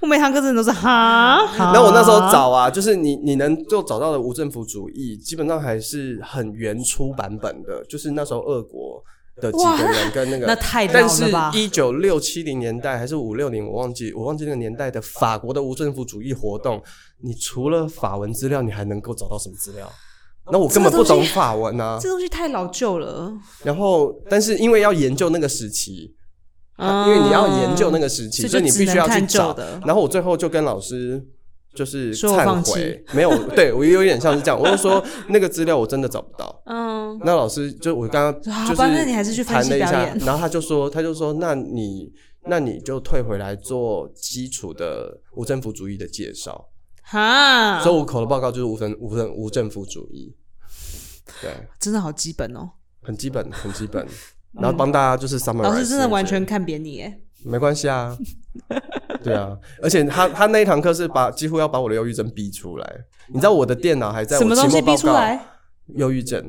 S1: 我每堂课真的都是哈。哈
S2: 然后我那时候找啊，就是你你能就找到的无政府主义，基本上还是很原初版本的，就是那时候俄国的几个人跟那个
S1: 那太老
S2: 但是
S1: 了吧，？
S2: 一九六七零年代还是五六零，我忘记，我忘记那个年代的法国的无政府主义活动，你除了法文资料，你还能够找到什么资料？那我根本不
S1: 这个
S2: 懂
S1: 东西
S2: 法文啊。
S1: 哦这东西太老旧了，
S2: 然后，但是因为要研究那个时期，啊因为你要研究那个时期，
S1: 啊这
S2: 所以
S1: 就
S2: 你
S1: 只
S2: 必
S1: 能
S2: 须要去
S1: 看旧
S2: 找
S1: 的。
S2: 然后我最后就跟老师就是
S1: 说我放
S2: 忏悔，没有，对我有点像是这样，我就说那个资料我真的找不到。
S1: 嗯，
S2: 那老师就我刚刚
S1: 好
S2: 就是
S1: 吧那你还是去分
S2: 谈
S1: 析
S2: 了一
S1: 表
S2: 下
S1: 演，
S2: 然后他就说，他就说，那你那你就退回来做基础的无政府主义的介绍。
S1: 哈
S2: 所以，我口头报告就是无政无政无政府主义，对，
S1: 真的好基本哦。
S2: 很基本，很基 本。然后帮大家就是 summarize，
S1: 嗯老师真的完
S2: 一
S1: 全
S2: 下
S1: 看扁你耶，
S2: 没关系啊， 对啊，而且他他那一堂课是把几乎要把我的忧郁症逼出来，你知道我的电脑还在
S1: 什么
S2: 我期
S1: 东西
S2: 末报
S1: 逼出
S2: 告
S1: 来？
S2: 忧郁 症，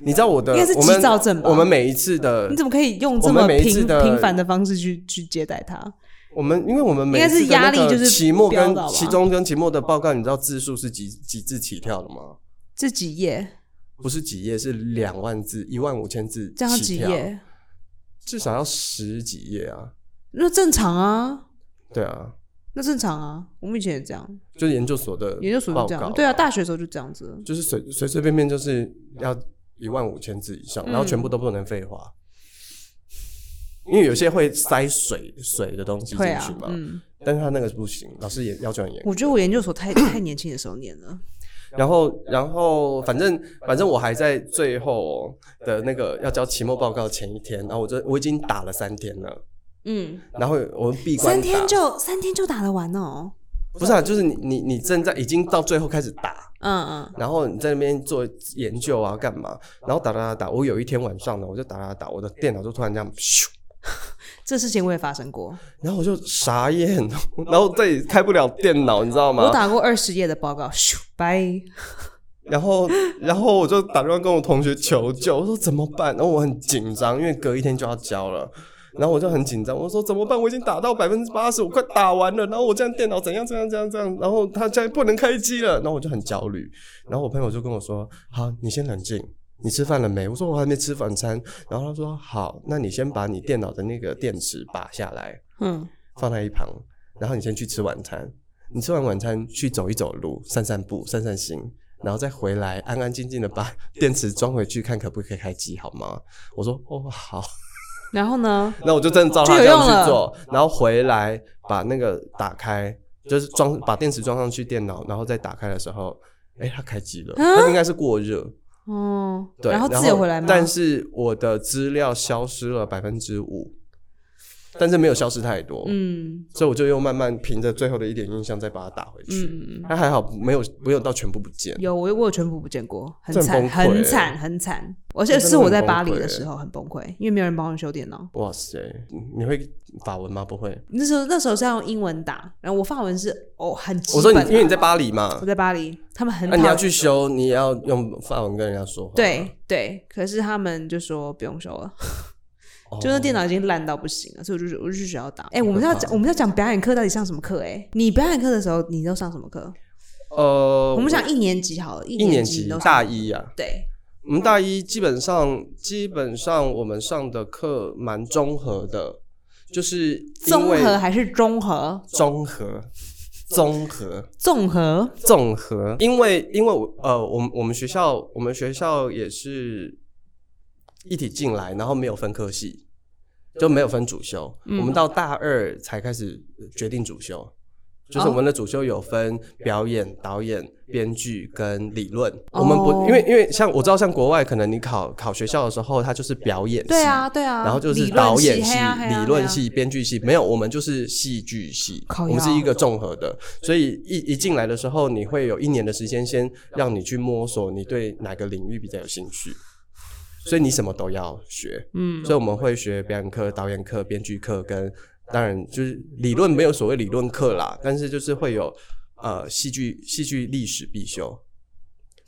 S2: 你知道我的
S1: 应该是
S2: 我们
S1: 急躁症吧
S2: 我们每一次的
S1: 你怎么可以用这
S2: 我们
S1: 么
S2: 每一次
S1: 平
S2: 的
S1: 平凡的方式去去接待他？
S2: 我们因为我们每
S1: 应该是
S2: 次的那
S1: 压力
S2: 个
S1: 就是
S2: 期末
S1: 飙
S2: 跟
S1: 到吧
S2: 期中跟期末的报告，你知道字数是几几字起跳的吗？
S1: 这几页，
S2: 不是几页，是两万字，一万五千字
S1: 这样
S2: 起
S1: 几
S2: 跳，
S1: 页，
S2: 至少要十几页啊。
S1: 那正常啊，
S2: 对啊，
S1: 那正常啊。我们以前也这样，
S2: 就是研究所的
S1: 研究所
S2: 报
S1: 就这
S2: 告
S1: 样，，对啊，大学的时候就这样子。
S2: 就是随随随便便就是要一万五千字以上，
S1: 嗯
S2: 然后全部都不能废话，因为有些会塞水水的东西进
S1: 会啊
S2: 去嘛，，
S1: 嗯，
S2: 但是他那个是不行，老师也要求很严格。
S1: 我觉得我研究所 太太年轻的时候念了，
S2: 然后，然后，反正，反正我还在最后的那个要交期末报告前一天，然后我这我已经打了三天了，
S1: 嗯，
S2: 然后我们闭关
S1: 三
S2: 打
S1: 天就三天就打得完哦，
S2: 不是啊，就是你你你正在已经到最后开始打，
S1: 嗯嗯，
S2: 然后你在那边做研究啊干嘛，然后打打打打，我有一天晚上呢，我就打打打，我的电脑就突然这样咻，
S1: 这事情我也发生过，
S2: 然后我就傻眼，然后再也开不了电脑，你知道吗？
S1: 我打过二十页的报告，咻，拜，
S2: 然后，然后我就打电话跟我同学求救，我说怎么办？然后我很紧张，因为隔一天就要交了，然后我就很紧张，我说怎么办？我已经打到百分之八十，我快打完了，然后我这样电脑怎样怎样怎样怎样，然后它现在不能开机了，然后我就很焦虑。然后我朋友就跟我说：“好，你先冷静，你吃饭了没？”我说：“我还没吃晚餐。”然后他说：“好，那你先把你电脑的那个电池拔下来，
S1: 嗯，
S2: 放在一旁，然后你先去吃晚餐。你吃完晚餐去走一走路，散散步，散散心，然后再回来，安安静静的把 电池装回去，看可不可以开机，好吗？我说哦好，
S1: 然后 呢，
S2: 那我就真的照他
S1: 就
S2: 这
S1: 有
S2: 样
S1: 用
S2: 去
S1: 了
S2: 做，然后回来把那个打开，就是装把电池装上去电脑，然后再打开的时候，哎，它开机了，它应该是过热，
S1: 哦，
S2: 对，
S1: 啊然后自由回来吗？
S2: 但是我的资料消失了百分之五，但是没有消失太多，
S1: 嗯，
S2: 所以我就又慢慢凭着最后的一点印象再把它打回去。
S1: 嗯嗯
S2: 它还好没有没有到全部不见
S1: 嗯，。有我我有全部不见过，很
S2: 这很
S1: 惨，
S2: 崩溃欸
S1: 很惨，很惨，而且
S2: 真的
S1: 是我
S2: 很
S1: 在
S2: 崩
S1: 巴黎
S2: 溃欸
S1: 的时候很崩溃，因为没有人帮我修电脑。
S2: 哇塞，你会法文吗？不会。
S1: 那时候那时候是要用英文打，然后我法文是哦很基
S2: 我说
S1: 本
S2: 你
S1: 啊，，
S2: 因为你在巴黎嘛
S1: 我，在巴黎，他们很
S2: 那、
S1: 讨
S2: 啊你要
S1: 厌。
S2: 去修，你也要用法文跟人家说话。
S1: 对对，可是他们就说不用修了，
S2: 哦，
S1: 就那电脑已经烂到不行了，所以我就我就去学校打。哎、我
S2: 可
S1: 们要
S2: 怕
S1: 讲我们要讲表演课到底上什么课？哎，你表演课的时候你都上什么课？
S2: 呃，
S1: 我们讲一年级好了，一
S2: 一年
S1: 级
S2: 级
S1: 你都上
S2: 大一啊，
S1: 对，
S2: 我们大一基本上基本上我们上的课蛮综合的，就是因
S1: 综
S2: 为
S1: 合还是综合？
S2: 综合综合
S1: 综合
S2: 综合，因为因为我呃，我们我们学校我们学校也是一体进来，然后没有分科系，就没有分主修。
S1: 嗯
S2: 我们到大二才开始决定主修，就是我们的主修有分表演、导演、编剧跟理论。我们不
S1: 哦
S2: 因为因为像我知道，像国外可能你考考学校的时候，它就是表演系，
S1: 对啊，对啊，
S2: 然后就
S1: 理
S2: 是
S1: 论
S2: 导演
S1: 系
S2: 系
S1: 嘿啊、嘿啊
S2: 理论，
S1: 嘿啊
S2: 系、编剧系，没有，我们就是戏剧系，
S1: 靠
S2: 我
S1: 腰
S2: 们是一个综合的。所以一一进来的时候，你会有一年的时间，先让你去摸索你对哪个领域比较有兴趣，所以你什么都要学。
S1: 嗯，
S2: 所以我们会学表演课、导演课、编剧课，跟当然就是理论没有所谓理论课啦，但是就是会有呃戏剧戏剧历史必修，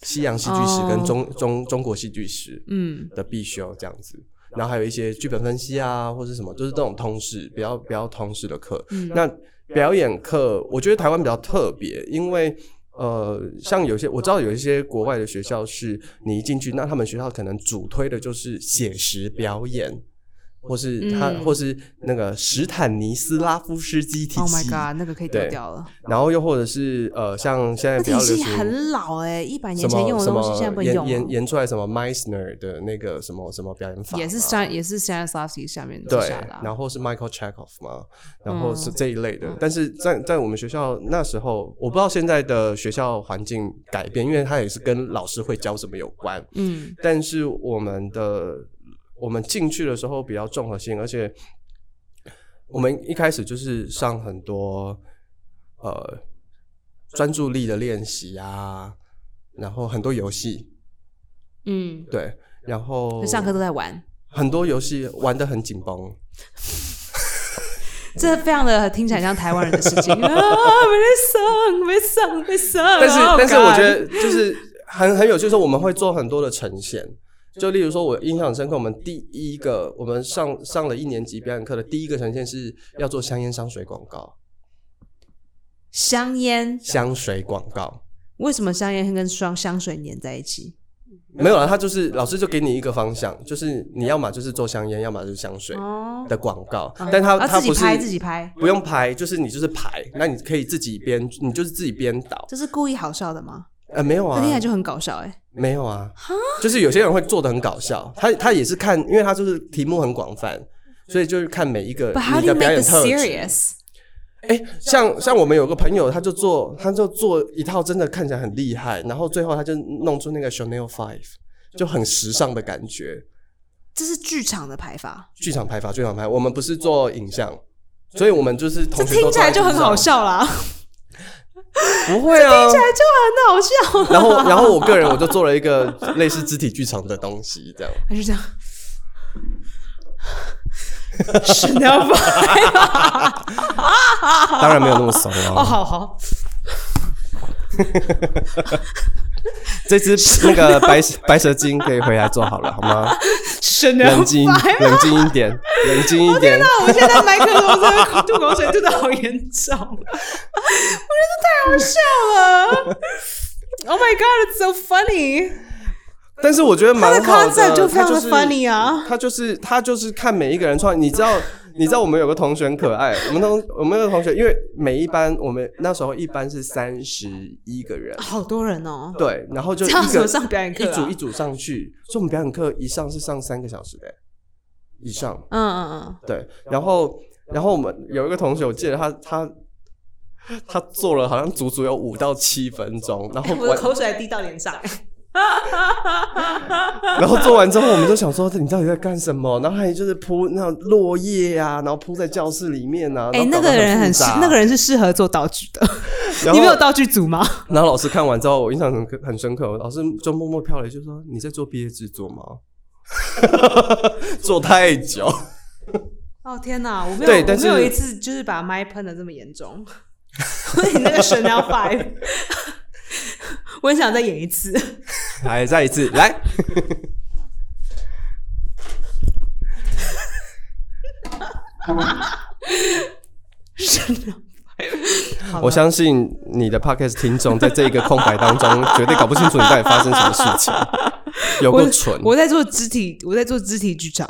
S2: 西洋戏剧史跟
S1: 哦
S2: 中、中中国戏剧史，
S1: 嗯，
S2: 的必修这样子。然后还有一些剧本分析啊，或是什么，就是这种通识比较比较通识的课。
S1: 嗯
S2: 那表演课，我觉得台湾比较特别，因为呃，像有些我知道有一些国外的学校是，你一进去，那他们学校可能主推的就是写实表演，或是他、
S1: 嗯
S2: 或是那个史坦尼斯拉夫斯基体
S1: Oh
S2: 系
S1: my god，那个可以丢
S2: 对
S1: 掉了。
S2: 然后又或者是呃，像现在
S1: 那
S2: 比较
S1: 体
S2: 流
S1: 系
S2: 行
S1: 很老哎、一百
S2: 什
S1: 年前用
S2: 么
S1: 的
S2: 什
S1: 东西，现在不
S2: 么
S1: 能
S2: 演
S1: 用
S2: 演
S1: 了。
S2: 演出来什么 Meisner 的那个什么什么表演法嘛，啊
S1: 也是山，也是 s t a n i s l a v s k y 下面留
S2: 对
S1: 下的、啊，。
S2: 然后是 Michael Chekhov 嘛，然后是
S1: 嗯
S2: 这一类的。但是在在我们学校那时候，我不知道现在的学校环境改变，因为它也是跟老师会教什么有关。
S1: 嗯
S2: 但是我们的我们进去的时候比较综合性，而且我们一开始就是上很多呃专注力的练习啊，然后很多游戏，
S1: 嗯，
S2: 对，然后
S1: 就上课都在
S2: 哦
S1: 玩，
S2: 很多游戏玩的很紧绷。
S1: 这非常的听起来像台湾人的事 情啊！没上，没上，没上。
S2: 但是
S1: Oh
S2: 但是我
S1: God
S2: 觉得就是很很有趣，是我们会做很多的呈现。就例如说，我印象很深刻，我们第一个我们上上了一年级表演课的第一个呈现是要做香烟香水广告，
S1: 香烟
S2: 香水广告
S1: 为什么香烟跟双香水粘在一起？
S2: 没有了，他就是老师就给你一个方向，就是你要么就是做香烟，要么就是香水
S1: 哦，
S2: 的广告，但他
S1: 啊
S2: 他
S1: 自己
S2: 不是
S1: 拍自己拍，
S2: 不用排，就是你就是排，那你可以自己编，你就是自己编导，
S1: 这是故意好笑的吗？
S2: 呃，没有啊，
S1: 那听起来就很搞笑哎、
S2: 没有啊，就是有些人会做的很搞笑，他他也是看，因为他就是题目很广泛，所以就是看每一个
S1: But how
S2: 你
S1: do you
S2: 的表
S1: make
S2: 演
S1: this
S2: 特质。
S1: serious？
S2: 哎、像像我们有个朋友，他就做他就做一套真的看起来很厉害，然后最后他就弄出那个 Chanel Five，就很时尚的感觉。
S1: 这是剧场的排法，
S2: 剧场拍法，剧场拍，我们不是做影像，所以我们就是
S1: 这
S2: 同学都
S1: 听起来就很好
S2: 坐在
S1: 笑啦，
S2: 地上，不会啊。
S1: 就很好笑。
S2: 然后然后我个人我就做了一个类似肢体剧场的东西，这样。
S1: 他就这样。是那吧？
S2: 当然没有那么怂啊。
S1: 哦，好好，
S2: 这只那个白蛇白蛇精可以回来做好了，好吗？
S1: 是那
S2: 冷静，
S1: 吧？
S2: 冷静一点，冷静一点。
S1: 哎啊我现在麦克风在那边吐口水，吐的好严重，我觉得太好笑 了。Oh my god, it's so funny！
S2: 但是我觉得蛮好
S1: 他的 concept
S2: 就
S1: 就非常的
S2: 是
S1: funny 啊
S2: 他就是他就是看每一个人穿，你知道。你知道我们有个同学很可爱，我们同我们有个同学，因为每一班我们那时候一班是三十一个人，
S1: 好多人哦，
S2: 对，然后就一
S1: 这样怎
S2: 个
S1: 么上表演课啊
S2: 一组一组上去，所以我们表演课一上是上三个小时的以上，
S1: 嗯嗯
S2: 对，然后然后我们有一个同学，我记得他他他做了好像足足有五到七分钟，然后
S1: 嗯，我 的
S2: 完
S1: 口水还滴到脸上。
S2: 然后做完之后，我们就想说你到底在干什么？然后还有就是铺那种落叶啊，然后铺在教室里面啊。
S1: 哎、
S2: 然后
S1: 那
S2: 搞得
S1: 个人很
S2: 复
S1: 适，
S2: 杂
S1: 那个，人是适合做道具的。
S2: 然
S1: 你没有
S2: 后
S1: 道具组吗？
S2: 然后老师看完之后，我印象很很深刻，我老师就默默瞟了一句说：“你在做毕业制作吗？” 做 太久，
S1: 哦天哪，我没有，
S2: 对但
S1: 我没有
S2: 是
S1: 一次就是把麦喷的这么严重。 你那个 Chanel Five，我很想再演一 次。
S2: 来再一次来。
S1: Chanel Five，好了
S2: 我相信你的 podcast 听众在这一个空白当中，绝对搞不清楚你到底发生什么事 情，有
S1: 我
S2: 够蠢。
S1: 我在做肢体，我在做肢体剧场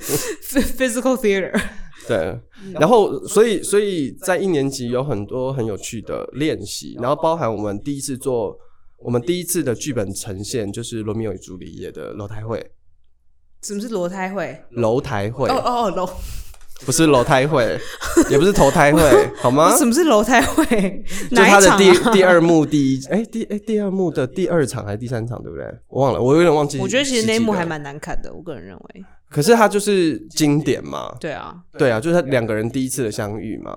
S1: Phy-，physical theater。
S2: 对，然后所以所以在一年级有很多很有趣的练习，然后包含我们第一次做我们第一次的剧本呈现，就是《罗密欧与朱丽叶》的楼台会。
S1: 什么是裸胎会？
S2: 楼台会
S1: 哦哦哦，裸，
S2: 不是楼 胎会，也不是投胎会，好吗？
S1: 哦什么是裸胎 会？
S2: 啊就
S1: 哪
S2: 他
S1: 一
S2: 的
S1: 场
S2: 第
S1: 啊？
S2: 第二幕第一，哎、第哎、第二幕的第二场还是第三场，对不对？我忘了，我有点忘 记。
S1: 我觉得其实那一幕
S2: 了
S1: 还，蛮难看的，我个人认为。
S2: 可是他就是经典嘛，
S1: 对啊，
S2: 对啊，就是他两个人第一次的相遇嘛。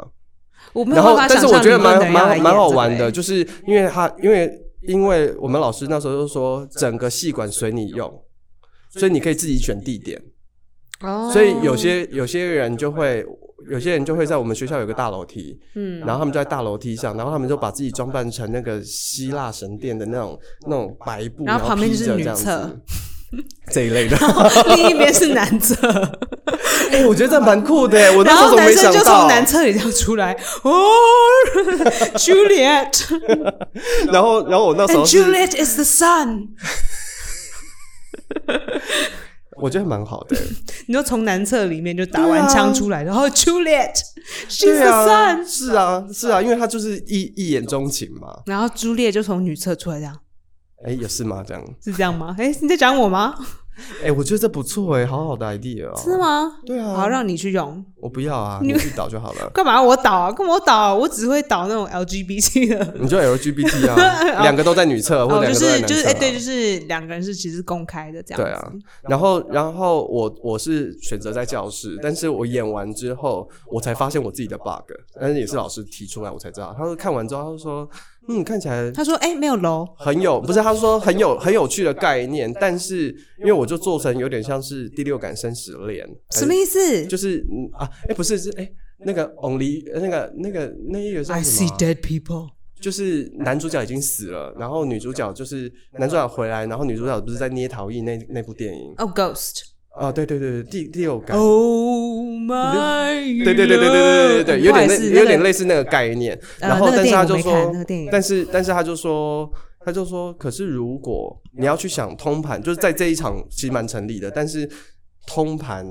S1: 我没有
S2: 然
S1: 办
S2: 后，
S1: 法
S2: 但
S1: 想
S2: 是
S1: 象
S2: 我觉得
S1: 你们
S2: 蛮
S1: 等一下来
S2: 蛮
S1: 演
S2: 蛮好
S1: 这个
S2: 玩的，
S1: 欸
S2: 就是因为他因为因为我们老师那时候就说，整个戏馆随你用，所以你可以自己选地点。
S1: 哦
S2: 所以有些有些人就会，有些人就会在我们学校有个大楼梯，
S1: 嗯
S2: 然后他们就在大楼梯上，然后他们就把自己装扮成那个希腊神殿的那种那种白布，
S1: 然后
S2: 然
S1: 旁边就是
S2: 披着
S1: 女
S2: 这样子
S1: 厕
S2: 这一类的。
S1: 另一边是男厕，
S2: 哎，我觉得这蛮酷的耶，我那
S1: 然
S2: 时候
S1: 后
S2: 怎么
S1: 男
S2: 没
S1: 生
S2: 想
S1: 就从
S2: 到？
S1: 男厕里这样出来， 哦，Juliet
S2: 然后然后我 那时
S1: and
S2: 候是
S1: Juliet is the sun。
S2: 我觉得蛮好的耶。
S1: 你就从男厕里面就打完枪出来，然后 Juliet she's
S2: 对
S1: the sun，、
S2: 啊，是啊，是啊，因为他就是一一眼钟情嘛。
S1: 然后朱烈就从女厕出来，这样
S2: 哎，也是吗？这样，
S1: 是这样吗？哎、你在讲我吗？
S2: 哎，我觉得这不错哎，好好的 idea 哦。
S1: 真的？吗？
S2: 对啊
S1: 好，让你去用。
S2: 我不要啊，你去导就好了。
S1: 干嘛我倒啊？干嘛我倒、啊？我只会倒那种 LGBT 的。
S2: 你就 LGBT 啊，两个都在女厕，或
S1: 哦，
S2: 者两
S1: 就
S2: 个都
S1: 是
S2: 在男
S1: 就
S2: 厕啊、
S1: 是，哎、对，就是两个人是其实公开的这样子。
S2: 对啊。然后，然后我我是选择在教室，但是我演完之后，我才发现我自己的 bug，但是也是老师提出来，我才知道。他说看完之后，他就说，嗯，看起来
S1: 他说：“哎、没有楼，
S2: 很有，不是他说很有很有趣的概念，但是因为我就做成有点像是第六感生死恋，
S1: 什么意思
S2: 就是嗯啊，哎、不是是哎、那个 only 那个那个那一个叫
S1: ？I
S2: 什
S1: see
S2: 么啊？
S1: dead people。
S2: 就是男主角已经死了，然后女主角就是男主角回来，然后女主角不是在捏陶艺那那部电影
S1: Oh ghost。
S2: 啊？对对对对，第第六感。
S1: Oh my。
S2: 对对对对对对对对，有点
S1: 不好意
S2: 类
S1: 思
S2: 有点。
S1: 那个
S2: 类似那个概念，
S1: 呃
S2: 然后
S1: 那个
S2: 但是
S1: 电影
S2: 他
S1: 我
S2: 就
S1: 没
S2: 说
S1: 看那个电影，
S2: 但是但是他就说，他就说，可是如果你要去想通盘，就是在这一场其实蛮成立的，但是通盘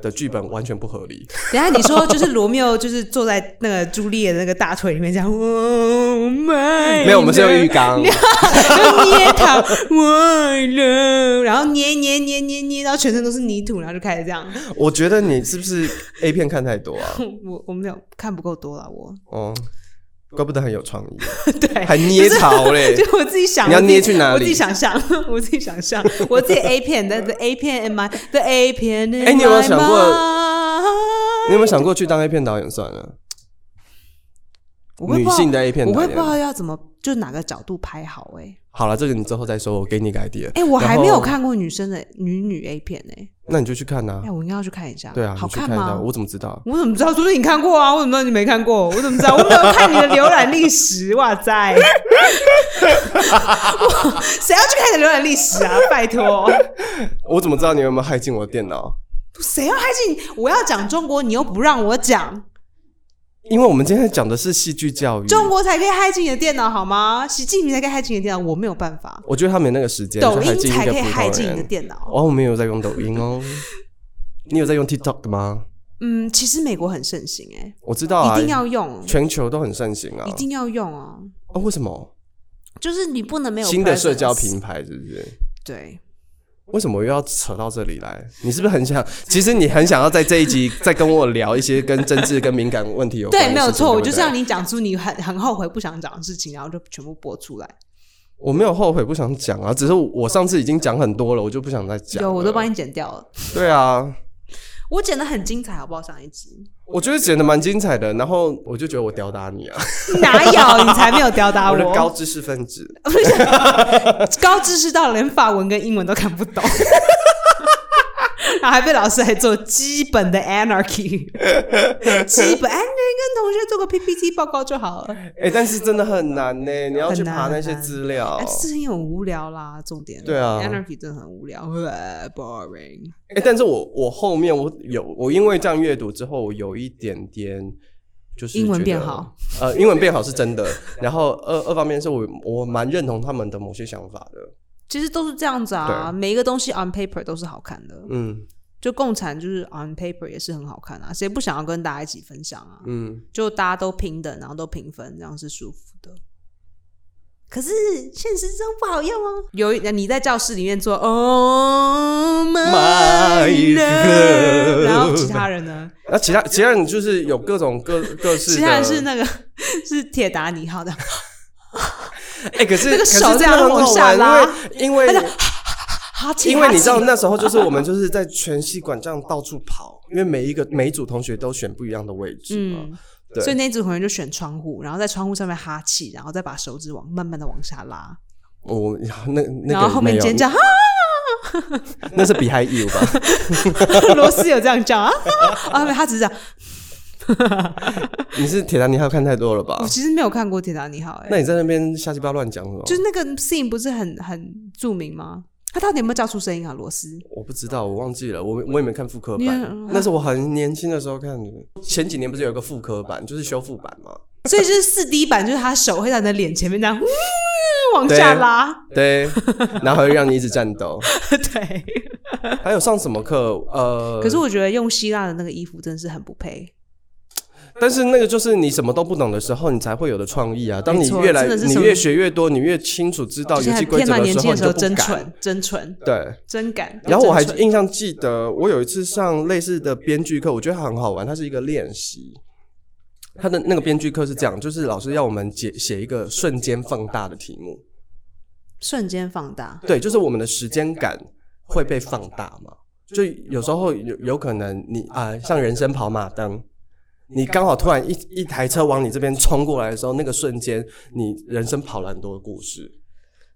S2: 的剧本完全不 合理。
S1: 等一下你说就是罗密欧就是坐在那个朱丽叶的那个大腿里面这样，Oh my。
S2: 没有，我们是用 浴缸，
S1: 就捏它，我了，然后捏捏捏捏捏，然后全身都是泥土，然后就开始这样。
S2: 我觉得你是不是 A 片看太多啊？
S1: 我我没有看不够多了，我
S2: 哦，怪不得很有创意，
S1: 对，
S2: 还捏槽嘞。
S1: 就我自己想，
S2: 你要
S1: 我自己
S2: 捏去哪
S1: 我
S2: 里
S1: 自己想象，我自己想象，我自己 A 片的 the A 片 in my the A 片 in
S2: 哎你有没有
S1: my
S2: 想过
S1: mind
S2: 你有没有想过去当 A 片导演算了？
S1: 我会
S2: 女
S1: 不知道
S2: 性的 A 片啊
S1: 我
S2: 导
S1: 会不知
S2: 演。
S1: 道要怎么，就哪个角度拍好哎、
S2: 好了，这个你之后再说，我给你个 idea。
S1: 哎、我还
S2: 然后
S1: 没有，看过女生的女女 A 片哎、
S2: 那你就去看呐
S1: 哎、。我应该要去看一下，
S2: 啊对啊，
S1: 好
S2: 你去
S1: 看
S2: 一下
S1: 吗？
S2: 我怎么知道？
S1: 我怎么知道？说是你看过啊？我怎么知道你没看过？我怎么知道？我没有看你的浏览历史。哇塞！ 哇，谁要去看你的浏览历史 啊？拜托，
S2: 我怎么知道你有没有害进我的电脑？
S1: 谁要害进？我要讲中国，你又不让我
S2: 嗯
S1: 讲，
S2: 因为我们今天讲的是戏剧教育，
S1: 中国才可以害进你的电脑好吗？习近平才可以害进你的电脑，我没有办法。
S2: 我觉得他没那个时间，
S1: 抖
S2: 就害
S1: 音
S2: 进一
S1: 才
S2: 个
S1: 可以
S2: 普
S1: 害
S2: 通
S1: 进你的
S2: 人。
S1: 电脑。
S2: 哦，我没有在用抖 音哦。你有在用 TikTok 的吗？
S1: 嗯，其实美国很盛行哎、
S2: 我知道啊，
S1: 一定要用，
S2: 全球都很盛行啊
S1: 一。定要用啊！
S2: 哦，为什么？
S1: 就是你不能没有
S2: 新的社交
S1: presence
S2: 平台是不是？
S1: 对。
S2: 为什么又要扯到这里来？你是不是很想？其实你很想要在这 一集再跟我聊一些跟政治、跟敏感问题有关的
S1: 对，
S2: 事情。
S1: 没有错，我
S2: 对不对
S1: 就是让你讲出你很 很后悔不想讲的事情，然后就全部播出来。
S2: 我没有后悔，不想讲啊，只是我上次已经讲很多了，我就不想再讲了。
S1: 有，我都帮你剪掉了，
S2: 对啊，
S1: 我剪的很精彩，好不好？上一集
S2: 我觉得剪的蛮精彩的，然后我就觉得我吊打你啊，
S1: 哪有？你才没有吊打
S2: 我
S1: 啊我，
S2: 的高知识分子。
S1: 高知识到连法文跟英文都看不懂。 然后还被老师还做基本的 anarchy，基本哎，那跟同学做个 PPT 报告就好了。
S2: 哎、但是真的很难呢、你要去
S1: 很难
S2: 爬那
S1: 很
S2: 些
S1: 难
S2: 资料
S1: 哎，。事情很无聊啦，重点
S2: 哦对啊
S1: ，anarchy 真的很无聊 呃，boring。
S2: 哎、但是我我后面我有我因为这样阅读之后，我有一点点就是
S1: 英文
S2: 觉得
S1: 变好，
S2: 呃，英文变好是真的。然后二二方面是我我蛮认同他们的某些想法的，
S1: 其实都是这样子啊，
S2: 对
S1: 每一个东西 on paper 都是好看的，
S2: 嗯
S1: 就共产就是 on paper 也是很好看啊，谁不想要跟大家一起分享啊？
S2: 嗯，
S1: 就大家都平等，然后都平分，这样是舒服的。可是现实中不好用哦。有一你在教室里面做 Oh my
S2: My
S1: love，
S2: love
S1: 然后其他人呢？
S2: 那其他其他人就是有各种各各式的，
S1: 其他人是那个 是铁达尼号的，
S2: 哎、可是
S1: 那个
S2: 可是
S1: 手
S2: 这
S1: 这样
S2: 样很
S1: 往
S2: 好
S1: 下
S2: 玩，
S1: 拉
S2: 因为因为
S1: 哈气
S2: 因为
S1: 哈
S2: 你
S1: 气
S2: 知道那时候就是我 们就是在全系馆这样到处跑，因为每一个每一组同学都选不一样的位置嘛。
S1: 嗯
S2: 对
S1: 所以那一组同学就选窗户，然后在窗户上面哈气，然后再把手指往慢慢的往下拉，
S2: 我那那
S1: 然后
S2: 个
S1: 后
S2: 没
S1: 面
S2: 有
S1: 尖叫，，哈
S2: 那是 Behind You 吧？
S1: 罗斯有这样叫啊， 啊，没有他只是这样。
S2: 你是铁达尼号看太多了吧
S1: 我？其实没有看过《铁达尼号》
S2: 那
S1: 哎，
S2: 你在那边瞎鸡巴乱讲什么？
S1: 就是那个 scene 不是很很著名吗？他到底有没有叫出声音啊？罗斯
S2: 我不知道，我忘记了，我我也没看复刻
S1: 你也
S2: 版，那是我很年轻的时候看的。前几年不是有一个复刻版，就是修复版嘛？
S1: 所以就是四 D 版，就是他手会在你的脸前面这样、嗯、往下拉，
S2: 对，然后会让你一直战斗。
S1: 对。
S2: 还有上什么课？呃，
S1: 可是我觉得用希腊的那个衣服真的是很不配，
S2: 但是那个就是你什么都不懂的时候，你才会有的创意啊。当
S1: 没
S2: 你
S1: 错
S2: 越来
S1: 真的是
S2: 你
S1: 什么
S2: 越学越多，你越清楚知道
S1: 就是
S2: 游戏
S1: 很
S2: 规
S1: 天
S2: 则
S1: 哪，
S2: 的
S1: 年
S2: 时
S1: 轻的
S2: 候，你
S1: 时候
S2: 就不
S1: 真
S2: 敢。
S1: 蠢，真蠢，
S2: 对。
S1: 真敢。
S2: 然后我还
S1: 真蠢
S2: 印象记得，我有一次上类似的编剧课，我觉得很好玩，它是一个练习。它的那个编剧课是这样，就是老师要我们写写一个瞬间放大的题目，
S1: 瞬间放大，
S2: 对，就是我们的时间感会被放大嘛。就有时候有有可能你啊、像人生跑马灯，你刚好突然一一台车往你这边冲过来的时候，那个瞬间你人生跑了很多故事。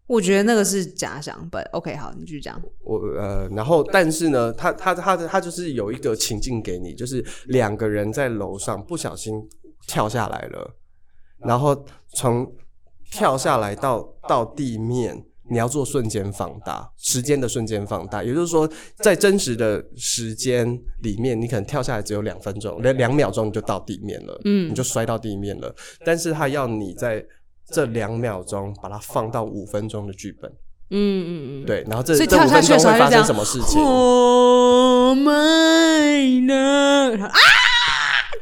S1: 我觉得那个是假想本。OK，好，你继续讲。
S2: 我呃，然后但是呢，他他他他就是有一个情境给你，就是两个人在楼上不小心跳下来了，然后从跳下来到到地面，你要做瞬间放大，时间的瞬间放大，也就是说，在真实的时间里面，你可能跳下来只有两分钟，两两秒钟你就到地面了，
S1: 嗯
S2: 你就摔到地面了，但是他要你在这两秒钟把它放到五分钟的剧本。
S1: 嗯嗯嗯，。
S2: 对，然后这
S1: 所以
S2: 这
S1: 跳
S2: 五
S1: 下
S2: 分
S1: 去的
S2: 钟
S1: 时候
S2: 会
S1: 他就
S2: 发
S1: 这
S2: 生
S1: 样
S2: 什么事情？
S1: Oh my god！啊，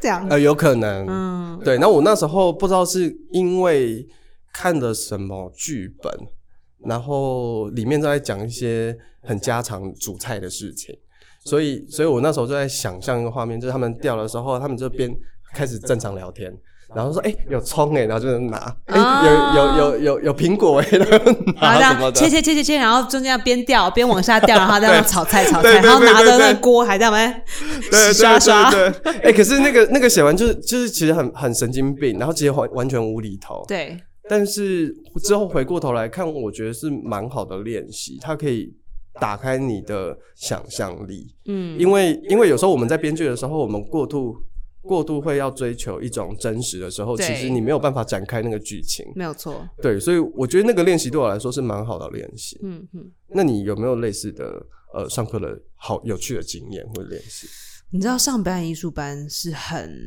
S1: 这样。
S2: 呃，有可能。
S1: 嗯，
S2: 对，然后我那时候不知道是因为看了什么剧本，然后里面都在讲一些很家常煮菜的事情，所以，所以我那时候就在想象一个画面，就是他们掉的时候，他们这边开始正常聊天。然后说，哎、有葱哎、然后就能拿，哎、
S1: 啊
S2: 有有有有有苹果哎、然后
S1: 然后
S2: 拿
S1: 这
S2: 什
S1: 样
S2: 么的，
S1: 切切切切切，然后中间要边掉边往下掉，然后这样炒菜炒菜，
S2: 对对对
S1: 然后拿着那
S2: 对哦
S1: 个
S2: 对
S1: 锅还在那边
S2: 对
S1: 洗刷刷。
S2: 对对对对，哎、可是那个那个写完就是就是其实很很神经病，然后其实完完全无厘头。
S1: 对，
S2: 但是之后回过头来看，我觉得是蛮好的练习，它可以打开你的想象力。
S1: 嗯，
S2: 因为因为有时候我们在编剧的时候，我们过度过度会要追求一种真实的时候，
S1: 对
S2: 其实你没有办法展开那个剧情。
S1: 没有错。
S2: 对，所以我觉得那个练习对我来说是蛮好的练习。
S1: 嗯嗯，
S2: 那你有没有类似的呃上课的好有趣的经验或练习？
S1: 你知道上表演艺术班是很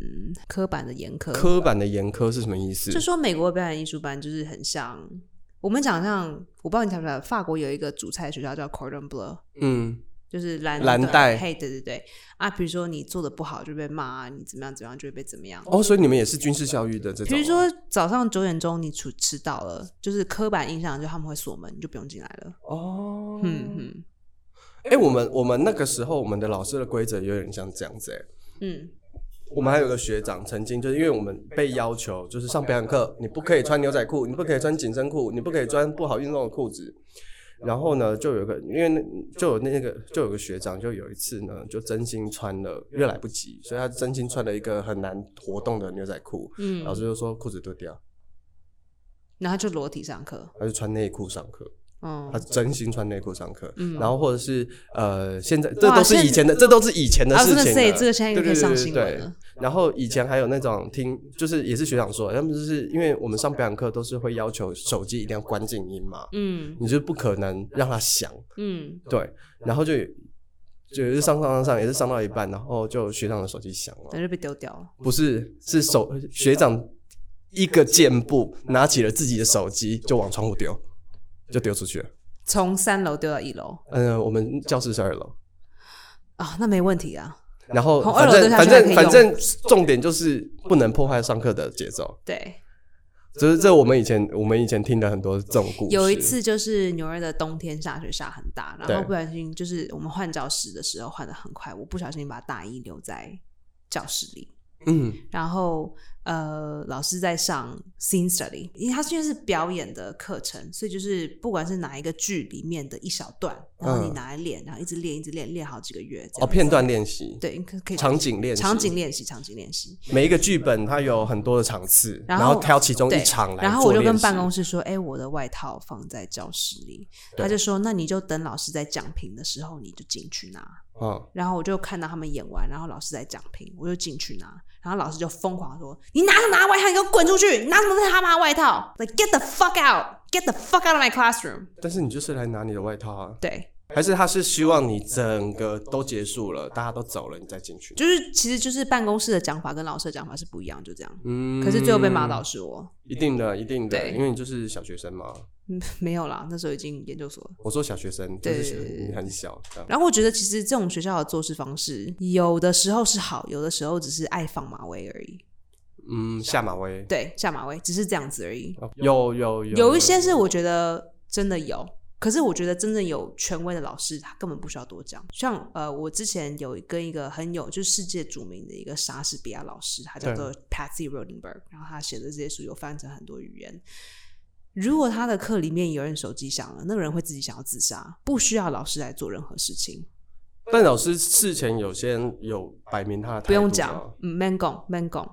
S1: 刻板的严苛，
S2: 科版的严苛是什么意思？
S1: 就说美国表演艺术班就是很像我们讲像，我不知道你晓不晓得，法国有一个主菜学校叫 Cordon Bleu。
S2: 嗯，
S1: 就是蓝
S2: 蓝带
S1: 嘿，对对对啊，比如说你做的不好就被骂啊，你怎么样怎么样就会被怎么样。
S2: 哦，所以你们也是军事教育的这种？
S1: 比如，说早上九点钟你迟迟到了，就是刻板印象，就他们会锁门，你就不用进来了。
S2: 哦，
S1: 嗯嗯
S2: 哎、我们我们那个时候，我们的老师的规则有点像这样子、欸。
S1: 嗯，
S2: 我们还有个学长，曾经就是因为我们被要求，就是上表演课，你不可以穿牛仔裤，你不可以穿紧身裤，你不可以穿不好运动的裤子。然后呢，就有一个，因为那就有那个就有个学长，就有一次呢，就真心穿了，因为来不及，所以他真心穿了一个很难活动的牛仔裤。
S1: 嗯
S2: 老师就说裤子脱掉，
S1: 然后就裸体上课。
S2: 他就穿内裤上课。
S1: 嗯
S2: 他，真心穿内裤上课，
S1: 嗯
S2: 然后或者是呃，现在这
S1: 哇
S2: 都是
S1: 现
S2: 以前的，这都是以前的
S1: I
S2: 事
S1: was
S2: 情了。
S1: gonna
S2: 啊
S1: say，这个现在应该
S2: 对对
S1: 可以上
S2: 对
S1: 新闻
S2: 对
S1: 了
S2: 然后以前还有那种听，就是也是学长说，他们就是因为我们上表演课都是会要求手机一定要关静音嘛，
S1: 嗯
S2: 你就不可能让它响，
S1: 嗯，
S2: 对，然后就就也是上上上上也是上到一半，然后就学长的手机响了，
S1: 然后就被丢掉了。
S2: 不是，是手学长一个箭步拿起了自己的手机就往窗户丢，就丢出去了。
S1: 从三楼丢到一楼
S2: 嗯，我们教室是二楼。
S1: 啊，那没问题啊。
S2: 然后
S1: 从二
S2: 反
S1: 楼
S2: 正
S1: 蹲下
S2: 反
S1: 去还可以
S2: 正
S1: 用
S2: 反正重点就是不能破坏上课的节奏，
S1: 对，
S2: 就是这我们以前我们以前听的很多这种故事。
S1: 有一次就是纽约的冬天下雪下很大，然
S2: 对
S1: 后不小心就是我们换教室的时候换的很快，我不小心把大衣留在教室里，
S2: 嗯，
S1: 然后呃，老师在上 scene study，因为它现在是表演的课程，所以就是不管是哪一个剧里面的一小段，然后你
S2: 嗯
S1: 拿来练，然后一直练，一直练，练好几个月。这
S2: 哦，
S1: 样
S2: 片
S1: 子
S2: 段练习，
S1: 对，可可以
S2: 场景练习，
S1: 场景练习，场景练习。
S2: 每一个剧本它有很多的场次，
S1: 然
S2: 然
S1: 后
S2: 挑其中
S1: 对
S2: 一场来
S1: 然后
S2: 做
S1: 我就跟
S2: 练习
S1: 办公室说：“哎、我的外套放在教室里。”
S2: 对
S1: 他就说：“那你就等老师在讲评的时候，你就进去拿。”
S2: 嗯，
S1: 然后我就看到他们演完，然后老师在讲评，我就进去拿，然后老师就疯狂地说：“你拿什么拿外套？你给我滚出去！你拿什么他妈外套？Like get the fuck out! Get the fuck out of my classroom！”
S2: 但是你就是来拿你的外套啊，
S1: 对，
S2: 还是他是希望你整个都结束了，大家都走了，你再进去？
S1: 就是其实就是办公室的讲法跟老师的讲法是不一样，就这样。
S2: 嗯
S1: 可是最后被骂到，是我，
S2: 一定的，一定的，
S1: 对
S2: 因为你就是小学生嘛。
S1: 嗯，没有啦，那时候已经研究所了。
S2: 我说小学生，就
S1: 对
S2: 是
S1: 对对对
S2: 你很小，这样
S1: 然后我觉得其实这种学校的做事方式，有的时候是好，有的时候只是爱放马威而已。
S2: 嗯，下马威，
S1: 对，下马威只是这样子而已。
S2: 哦有有有
S1: 有一些是我觉得真的有，可是我觉得真正有权威的老师，他根本不需要多讲。像呃，我之前有跟一个很有就是世界著名的一个莎士比亚老师，他叫做 Patsy Rodenberg，然后他写的这些书有翻成很多语言。如果他的课里面有人手机响了，那个人会自己想要自杀，不需要老师来做任何事情，
S2: 但老师事前有些有摆明他的态度啊
S1: 不用讲，嗯，man gong man gong，